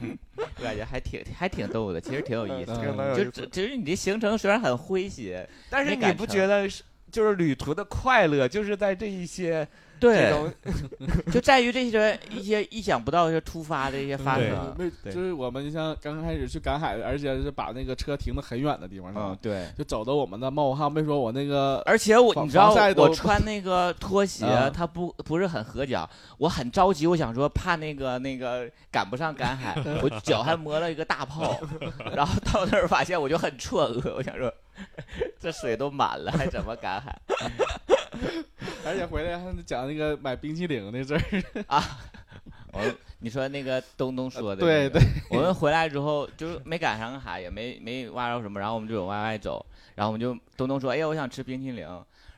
S4: 我感觉还挺还挺逗的，其实挺有意思
S6: 嗯
S4: 的。
S5: 挺能有
S4: 就
S5: 意思
S4: 只只是你的行程虽然很诙谐，
S5: 但是
S4: 没
S5: 你
S4: 赶
S5: 不
S4: 成
S5: 觉得是就是旅途的快乐，就是在这一些这
S4: 对，
S5: 种
S4: 就在于这些一些意想不到、一些突发的一些发
S7: 对
S4: 生。啊
S6: 没，
S5: 对
S6: 就是我们就像刚开始去赶海，而且是把那个车停的很远的地方，是吧
S4: 嗯，对。
S6: 就走到我们的冒汗。没说我那个，
S4: 而且我
S6: 防
S4: 你知道
S6: 防晒都
S4: 我穿那个 拖鞋
S6: 嗯，
S4: 它不不是很合脚，我很着急，我想说怕那个那个赶不上赶 海，我脚还磨了一个大泡，然后到那儿发现我就很错愕，我想说这水都满了，还怎么赶海？
S6: 而且回来还讲那个买冰淇淋的事儿，
S4: 啊，们你说那个东东说的，
S6: 呃对
S4: 对，我们回来之后就是没赶上海，也没没挖着什么，然后我们就往外外走，然后我们就东东说，哎呀，我想吃冰淇淋，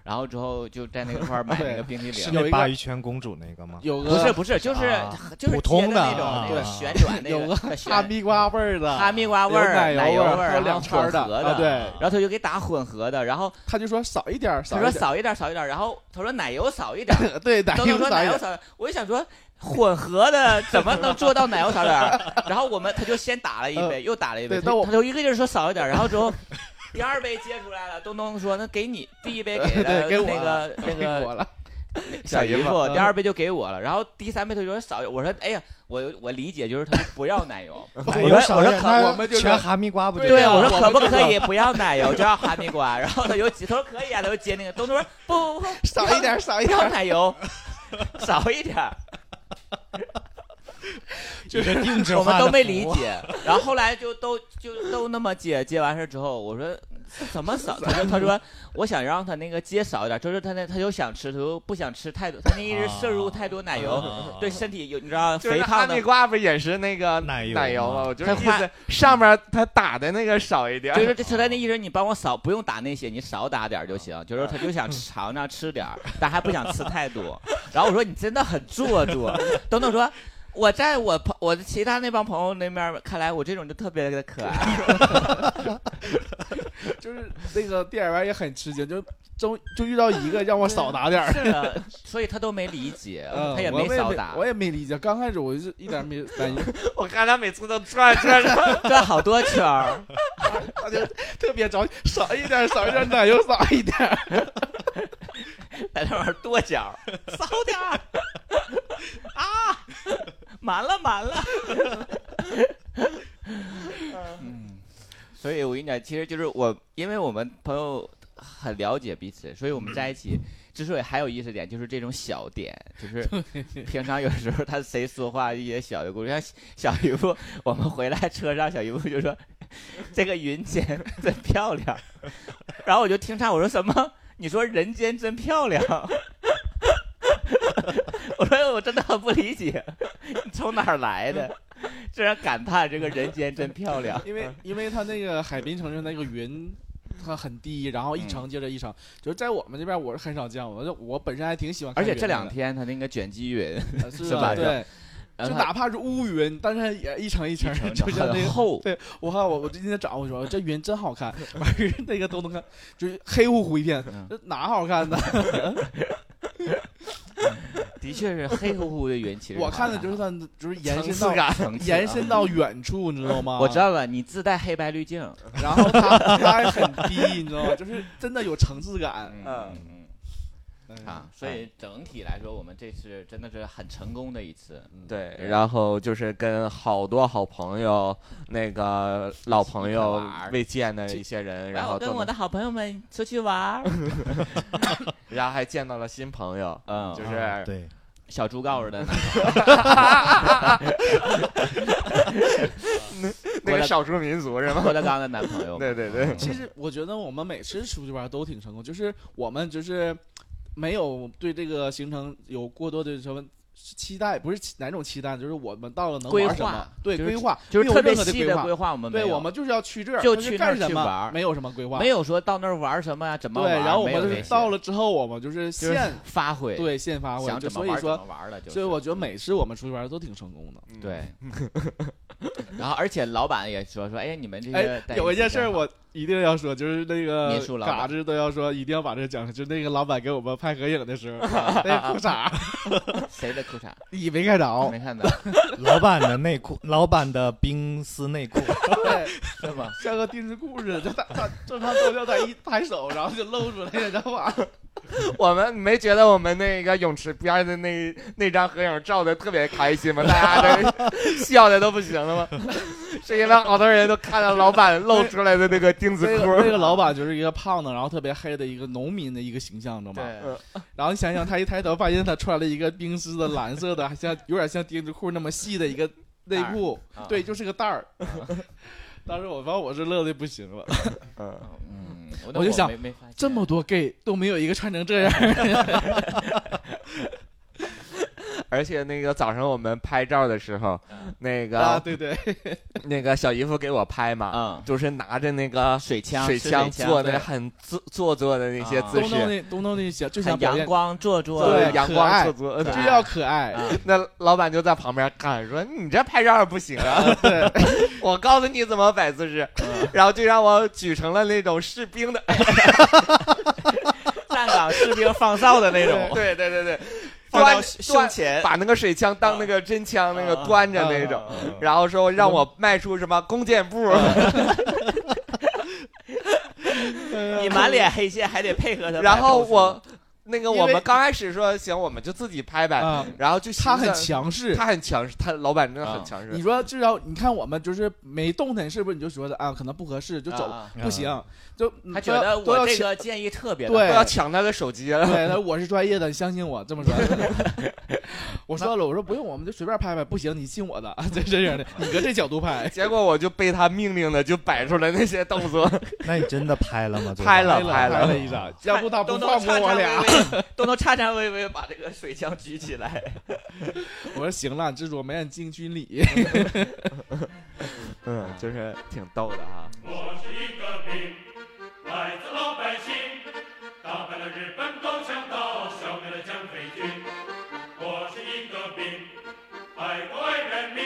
S4: 然后之后就在 那个块儿买那个冰淇
S7: 是
S4: 淋。
S6: 有
S7: 那
S6: 一个
S7: 鲅鱼圈公主那个吗？
S6: 有
S4: 不是
S6: 个
S4: 不是，就是、
S7: 啊
S4: 就是
S7: 普通
S4: 接
S7: 的
S4: 那种、
S7: 啊
S4: 那个
S7: 对
S4: 旋转那
S6: 有个
S4: 个
S6: 哈
S4: 旋
S6: 密瓜味儿的，
S4: 哈密瓜味
S6: 有
S4: 儿、
S6: 奶
S4: 奶
S6: 油
S4: 味
S6: 还有
S4: 儿，然
S6: 两
S4: 后
S6: 叉儿
S4: 混
S6: 的
S4: 合
S6: 啊对，
S4: 然后他就给打混合的，然后
S6: 他就说少一点儿，
S4: 他说
S6: 少一点
S4: 少一点少一点，然后他说奶油少一点，
S6: 儿，对，奶
S4: 都能
S6: 油
S4: 说
S6: 少
S4: 奶
S6: 一
S4: 油
S6: 点儿，
S4: 少点，我就想说混合的怎么能做到奶油少点儿？ 然后我们他就先打了一杯，又打了一杯，
S6: 嗯对
S4: 他
S6: 但我
S4: 他就一个劲儿说少一点儿，然后之后第二杯接出来了，东东说那给你第一杯 给了
S6: 对给我
S4: 那个那
S6: 给 我
S4: 个
S6: 了，
S4: 小姨
S6: 小姨
S4: 夫，
S6: 夫
S4: 第二杯就给我了，然后第三杯他就说少一，我说哎呀，我我理解就是他不要奶油，
S7: 奶
S4: 我
S7: 油
S4: 说
S7: 哎少一点，
S4: 我说
S7: 那
S6: 我们就是
S7: 全哈密瓜不就
S6: 对
S4: 对，
S6: 啊
S4: 我
S6: 我
S4: 说可
S6: 们
S4: 不
S6: 就
S4: 可
S6: 说
S4: 以不要奶油，就要哈密瓜？然后他有几，他说可以啊，他就接那个。东东说不不不，
S6: 少一点儿，少一
S4: 不
S6: 点
S4: 要
S6: 儿，
S4: 奶油，少一点儿，
S7: 就是定制
S4: 我们
S7: 化的
S4: 都没理
S7: 服务
S4: 解。然后后来就都就都那么接，接完事之后，我说怎么少？他说他说我想让他那个接少一点，就是他那他就想吃，他又不想吃太多，他那一直摄入太多奶油，
S7: 啊
S4: 对身体有你知道
S5: 就是
S4: 肥
S5: 那哈
S4: 胖的
S5: 密。瓜不也是那个
S7: 奶油
S5: 奶油
S7: 吗
S5: 吗？我就是
S4: 它
S5: 意
S4: 花
S5: 思上面它打的那个少 一点儿，
S4: 就是他的那意思，你帮我少不用打那些，你少打点儿就行。就是他就想
S6: 嗯
S4: 尝尝吃点儿，但还不想吃太多。 然后我说你真的很做作。等等说，我在我朋我的其他那帮朋友那边儿看来，我这种就特别的可 爱。
S6: 就是那个店员也很吃惊，就终就遇到一个让我少打点儿。
S4: 是的， 所以他都没理解，
S6: 啊嗯，
S4: 他也
S6: 我没
S4: 少打
S6: 我，也没理解。刚开始我是一点儿没反应，
S5: 我看他每次都转转转，
S4: 转好多圈儿。
S6: 他就特别着急，少一点儿，少一点儿， 奶油少一点儿。
S4: 在那玩儿跺脚儿，骚点儿啊！满了满了。嗯，所以我跟你讲，其实就是我，因为我们朋友很了解彼此，所以我们在一起之所以还有意思点，就是这种小点，就是平常有时候他谁说话一些小的故事，像小姨夫，我们回来车上，小姨夫就说这个云间真漂亮， 然后我就听他我说什么。你说人间真漂亮， 我说我真的很不理解，你从哪儿来的？这然感叹这个人间真漂亮。
S6: 因为因为它那个海滨城市那个云。它很低，然后一
S4: 嗯
S6: 层接着一层，就是在我们这边我是很少见，我就我本身还挺喜欢
S4: 而
S6: 看云
S4: 且
S6: 的。
S4: 这两天他那个卷积 云，
S6: 呃 是
S4: 是
S6: 啊
S4: 吧
S6: 对，
S4: 然
S6: 就
S4: 后
S6: 哪怕是乌云，但是也一层一层
S4: 它一，
S6: 就
S4: 层
S6: 像那
S4: 很
S6: 个。
S4: 厚，
S6: 对，我看我我今天早上我说这云真好看，完事儿那个都能看，就是黑乎乎一片
S4: 嗯，
S6: 这哪好看呢？
S4: 的确是黑乎乎的云。其实
S6: 我看的就是它就是延伸到
S4: 感，层次
S6: 延伸啊到远处，你知道吗？
S4: 我知。道了，你自带黑白滤镜。
S6: 然后它它还很低，你知道吗？就是真的有层次感。
S4: 嗯嗯
S6: 嗯
S4: 嗯啊，所以整体来说，我们这次真的是很成功的一次。
S6: 嗯
S5: 嗯对
S4: 对
S5: 然后就是跟好多好朋友、那个老朋
S4: 一
S5: 友
S4: 块玩儿
S5: 未见的一些人，
S4: 来，
S5: 然后
S4: 我跟
S5: 都
S4: 我
S5: 能
S4: 的好朋友们出去玩儿。
S5: 然后还见到了新朋友，
S4: 嗯，
S5: 就是
S7: 啊对，
S4: 小猪告诉 的，
S5: 那个少数民族是 吗？
S4: 郭德纲的男朋友。
S5: 对对对，
S6: 其实我觉得我们每次出去玩都挺成功，就是我们就是没有对这个行程有过多的什么期待，不是期哪种期待，就是我们到了能
S4: 规
S6: 玩什么
S4: 划，
S6: 对
S4: 就是
S6: 规划，
S4: 就是
S6: 没有
S4: 特别
S6: 任何
S4: 细
S6: 规
S4: 的
S6: 划
S4: 规。划，我们没
S6: 对，
S4: 有
S6: 我们就是要去这儿，
S4: 就
S6: 但是
S4: 去那儿
S6: 干什
S4: 去
S6: 么
S4: 玩儿
S6: 没有什么规划，
S4: 没有说到那儿玩什么呀，怎么
S6: 对。
S4: 玩儿，
S6: 然后我
S4: 没有
S6: 们就
S4: 这
S6: 是
S4: 些
S6: 到了之后，我们就是
S4: 就是
S6: 现
S4: 发挥，
S6: 对现发挥，
S4: 想
S6: 就
S4: 怎么
S6: 所
S4: 玩
S6: 以
S4: 儿怎么
S6: 说，
S4: 玩儿了，就是
S6: 所以我觉得每次我们出去玩都挺成功的。
S4: 对。然后而且老板也说说，哎，你们这
S6: 哎
S4: 些，
S6: 有一件事儿我一定要说，就是那个
S4: 民宿老板
S6: 嘎子都要说，一定要把这个讲，就是那个老板给我们拍合影的时候，啊那裤衩
S4: 谁的裤衩
S6: 你没看着
S4: 没，看 到
S7: 老板的内裤，老板的冰丝内裤，
S6: 对，
S4: 是吗？
S6: 像个电视故事，就他他正常都要他一抬手，然后就露出来了，然后 啊，
S5: 我们没觉得我们那个泳池边的那那张合影照的特别开心吗？大家都笑的都不行了吗？ 是因为好多人都看到老板露出来的那个钉子
S6: 那
S5: 裤，
S6: 个那个老板就是一个胖子，然后特别黑的一个农民的一个形象，你知道吗？
S4: 对，
S6: 然后你想想，他一抬头发现他穿了一个冰丝的蓝色的，还像有点像丁字裤那么细的一个内裤
S4: 袋儿啊，啊
S6: 对，就是个袋儿。 当时我反正我是乐的不行了，
S4: 嗯，
S6: 我就想
S4: 没没发现
S6: 这 么多 gay 都没有一个穿成这样。
S5: 而且那个早上我们拍照的时候，那个、
S6: 啊，对对，
S5: 那个小姨夫给我拍嘛，
S4: 嗯
S5: 就是拿着那个
S4: 水枪
S5: 水
S4: 是水
S5: 枪
S4: 枪
S5: 做的
S4: 对
S5: 很做做作的那些
S4: 啊
S5: 姿
S6: 东
S5: 势，
S6: 东那东东那想就想
S4: 很
S6: 表
S4: 阳
S6: 现
S4: 光啊做作，
S5: 对
S6: 对
S5: 阳
S6: 可
S5: 光
S6: 爱
S5: 做作，
S6: 就
S5: 对
S6: 要可爱，
S5: 那老板就在旁边看，说你这拍照不行啊！ 我告诉你怎么摆姿势， 然后就让我举成了那种士兵的，
S4: 站岗士兵放哨的那种，
S5: 对对对对，
S4: 放到
S5: 端
S4: 胸
S5: 端
S4: 前，
S5: 把那个水枪当那个真枪那个
S4: 啊
S5: 端着那种，然后说让我迈出什么弓箭步，
S4: 你满脸黑线还得配合他摆 pose。
S5: 然后我那个
S6: 因为
S5: 我们刚开始说行，我们就自己拍呗，
S6: 啊，
S5: 然后就
S6: 他很
S5: 寻思，
S6: 强势。
S5: 他很强势，他老板真的很强
S6: 你
S5: 势，
S6: 说至少你看我们就是没动弹，是不是你就觉得啊可能不合适就走，
S4: 啊
S6: 不行，就
S4: 他觉
S6: 嗯都要
S4: 得
S6: 都要
S4: 我这
S6: 强
S4: 个建议特别的
S5: 我
S6: 对
S5: 要抢他的手机了。，
S6: 对，他说我是专业的，你相信我，这么说。 我说了，我说不用，我们就随便拍拍，不行你信我的， 这这样的，你搁这角度拍
S5: 结果我就被他命令的就摆出来那些动作，
S7: 那你真的拍了吗？最后
S5: 拍了
S6: 拍
S5: 了
S6: 了一张，要不他不
S4: 东东
S6: 放过我俩
S4: 颤。颤巍 巍，东东颤颤巍巍把这个水枪举起来，
S6: 我说行了，执着没按进军礼。
S5: 嗯，就是挺逗的啊哈、
S10: 我是一个兵，来自老百姓，打败了日本狗强盗，消灭了蒋匪军。我是一个兵，爱国爱人民，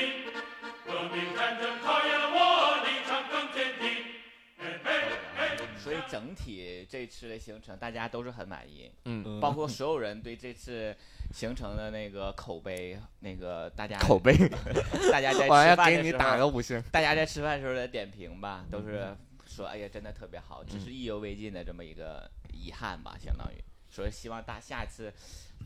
S10: 革命战争考验了我，立场更坚定。哎哎哎
S4: 所以整体这次的行程大家都是很满意，
S5: 嗯，
S4: 包括所有人对这次行程的那个口碑，那个大家
S5: 口，碑，
S4: 大家在吃
S5: 我要
S4: 饭
S5: 给
S4: 的
S5: 你
S4: 时候
S5: 打个五星。
S4: 大家在吃饭时候的点评吧，
S5: 嗯
S4: 都是说哎呀真的特别好，只是意犹未尽的这么一个遗憾吧，相当于说希望大下次。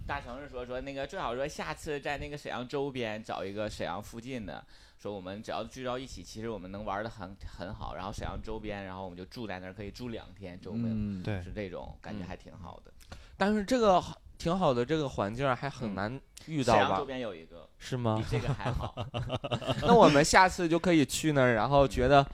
S4: 大城市说说那个最好说下次在那个沈阳周边找一个沈阳附近的，说我们只要聚到一起，其实我们能玩的很很好。然后沈阳周边，然后我们就住在那儿，可以住两天，周末、
S6: 嗯，
S7: 对
S4: 是这种感觉
S5: 嗯
S4: 还挺好的。
S5: 但是这个挺好的这个环境还很
S4: 嗯
S5: 难遇
S4: 沈
S5: 到
S4: 阳
S5: 吧
S4: 周？边有一个
S5: 是
S4: 比
S5: 吗？
S4: 这个还好，
S5: 那我们下次就可以去那儿，然后觉得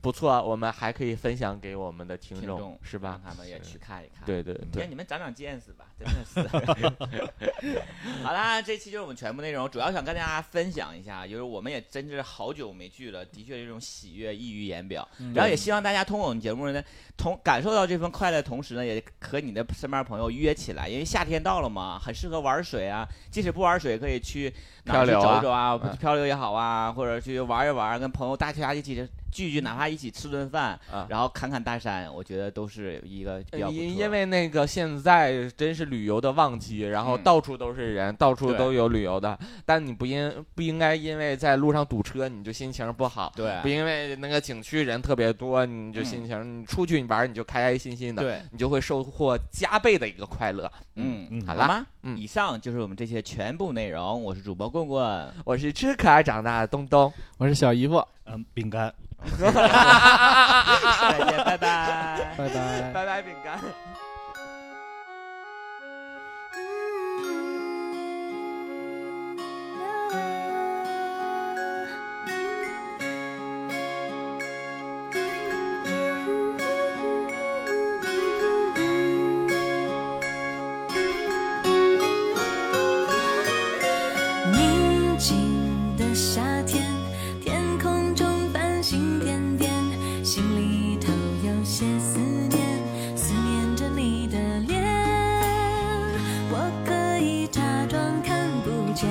S5: 不错，啊我们还可以分享给我们的听嗯
S4: 听众
S5: 是吧
S4: 让？他们也去看一看。
S5: 对对
S4: 让
S5: 对，
S4: 你们长长见识吧，真的是。 好啦，这期就是我们全部内容，主要想跟大家分享一下，就是我们也真是好久没聚了，的确这种喜悦溢于言表。然后也希望大家通过我们节目呢，同感受到这份快乐，同时呢，也和你的身边朋友约起来，因为夏天到了嘛，很适合玩水啊。即使不玩水，可以去哪儿
S5: 漂
S4: 去
S5: 流啊
S4: 走一走啊，
S5: 嗯
S4: 漂流也好啊，或者去玩一玩，跟朋友大家一起聚聚，哪怕一起吃顿饭，
S5: 啊
S4: 然后侃侃大山，我觉得都是一个比较不错
S5: 呃因因为那个现在真是旅游的旺季，然后
S4: 嗯
S5: 到处都是人，到处
S4: 对
S5: 都有旅游的，但你不因不应该因为在路上堵车你就心情不好，
S4: 对嗯
S5: 不因为那个景区人特别多，你就心情、你出去你玩儿你就开开心心的，
S4: 对。
S5: 你就会收获加倍的一个快乐。
S4: 嗯，
S7: 嗯
S4: 好
S5: 好
S4: 了
S5: 啦
S4: 吗？
S5: 嗯
S4: 以上就是我们这些全部内容。我是主播棍棍，
S5: 我是吃可爱长大的东东，
S6: 我是小姨夫，
S7: 嗯，饼干。
S4: 再见，拜拜。
S6: 拜拜。
S5: 拜拜，饼干。
S11: 宁静的夏天，天空中繁星点点，心里头有些思念，思念着你的脸。我可以假装看不见，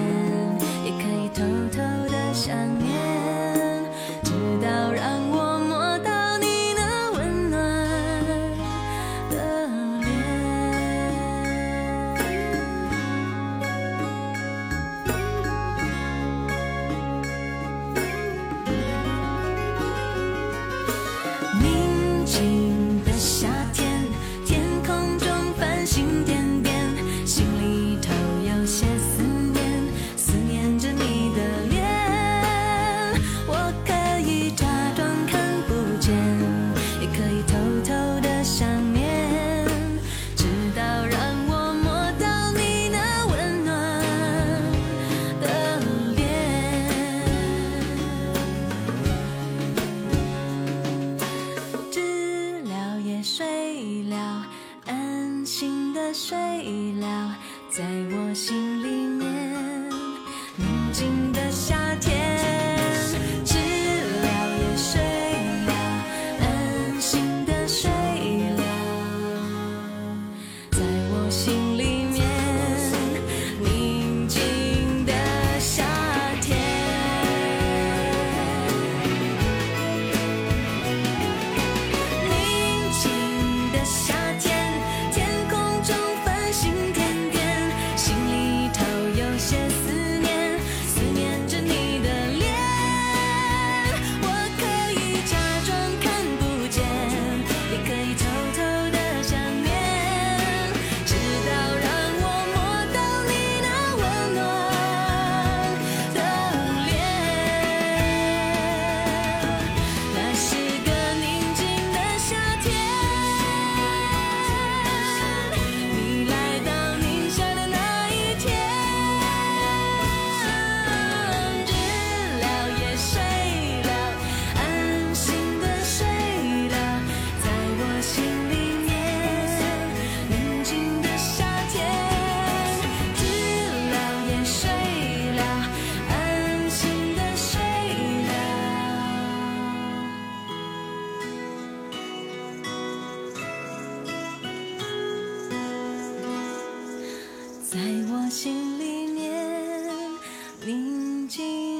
S11: 也可以偷偷的想念，直到让我摸到你那温暖的脸。宁静的夏天，天空中繁星点点，心里头有些思念，思念着你的脸。我可以假装看不见，也可以偷偷的想念，直到让我摸到你那温暖的脸。知了也睡了，安心的睡了，在我心里面。静的夏天，治疗也睡了，安心的睡了，在我心里面，宁静的夏天。宁静的夏天，天空中繁星点点，心里头有些思念，思念着你的脸。我可以假装看不见，也可以偷偷的想念，直到让我摸到你那温暖的脸。那是个宁静的夏天，你来到宁夏的那一天，治疗也睡了，安心的睡了，在我心里面，宁静的夏天，治疗也睡了，安心的睡了。在我心里面宁静。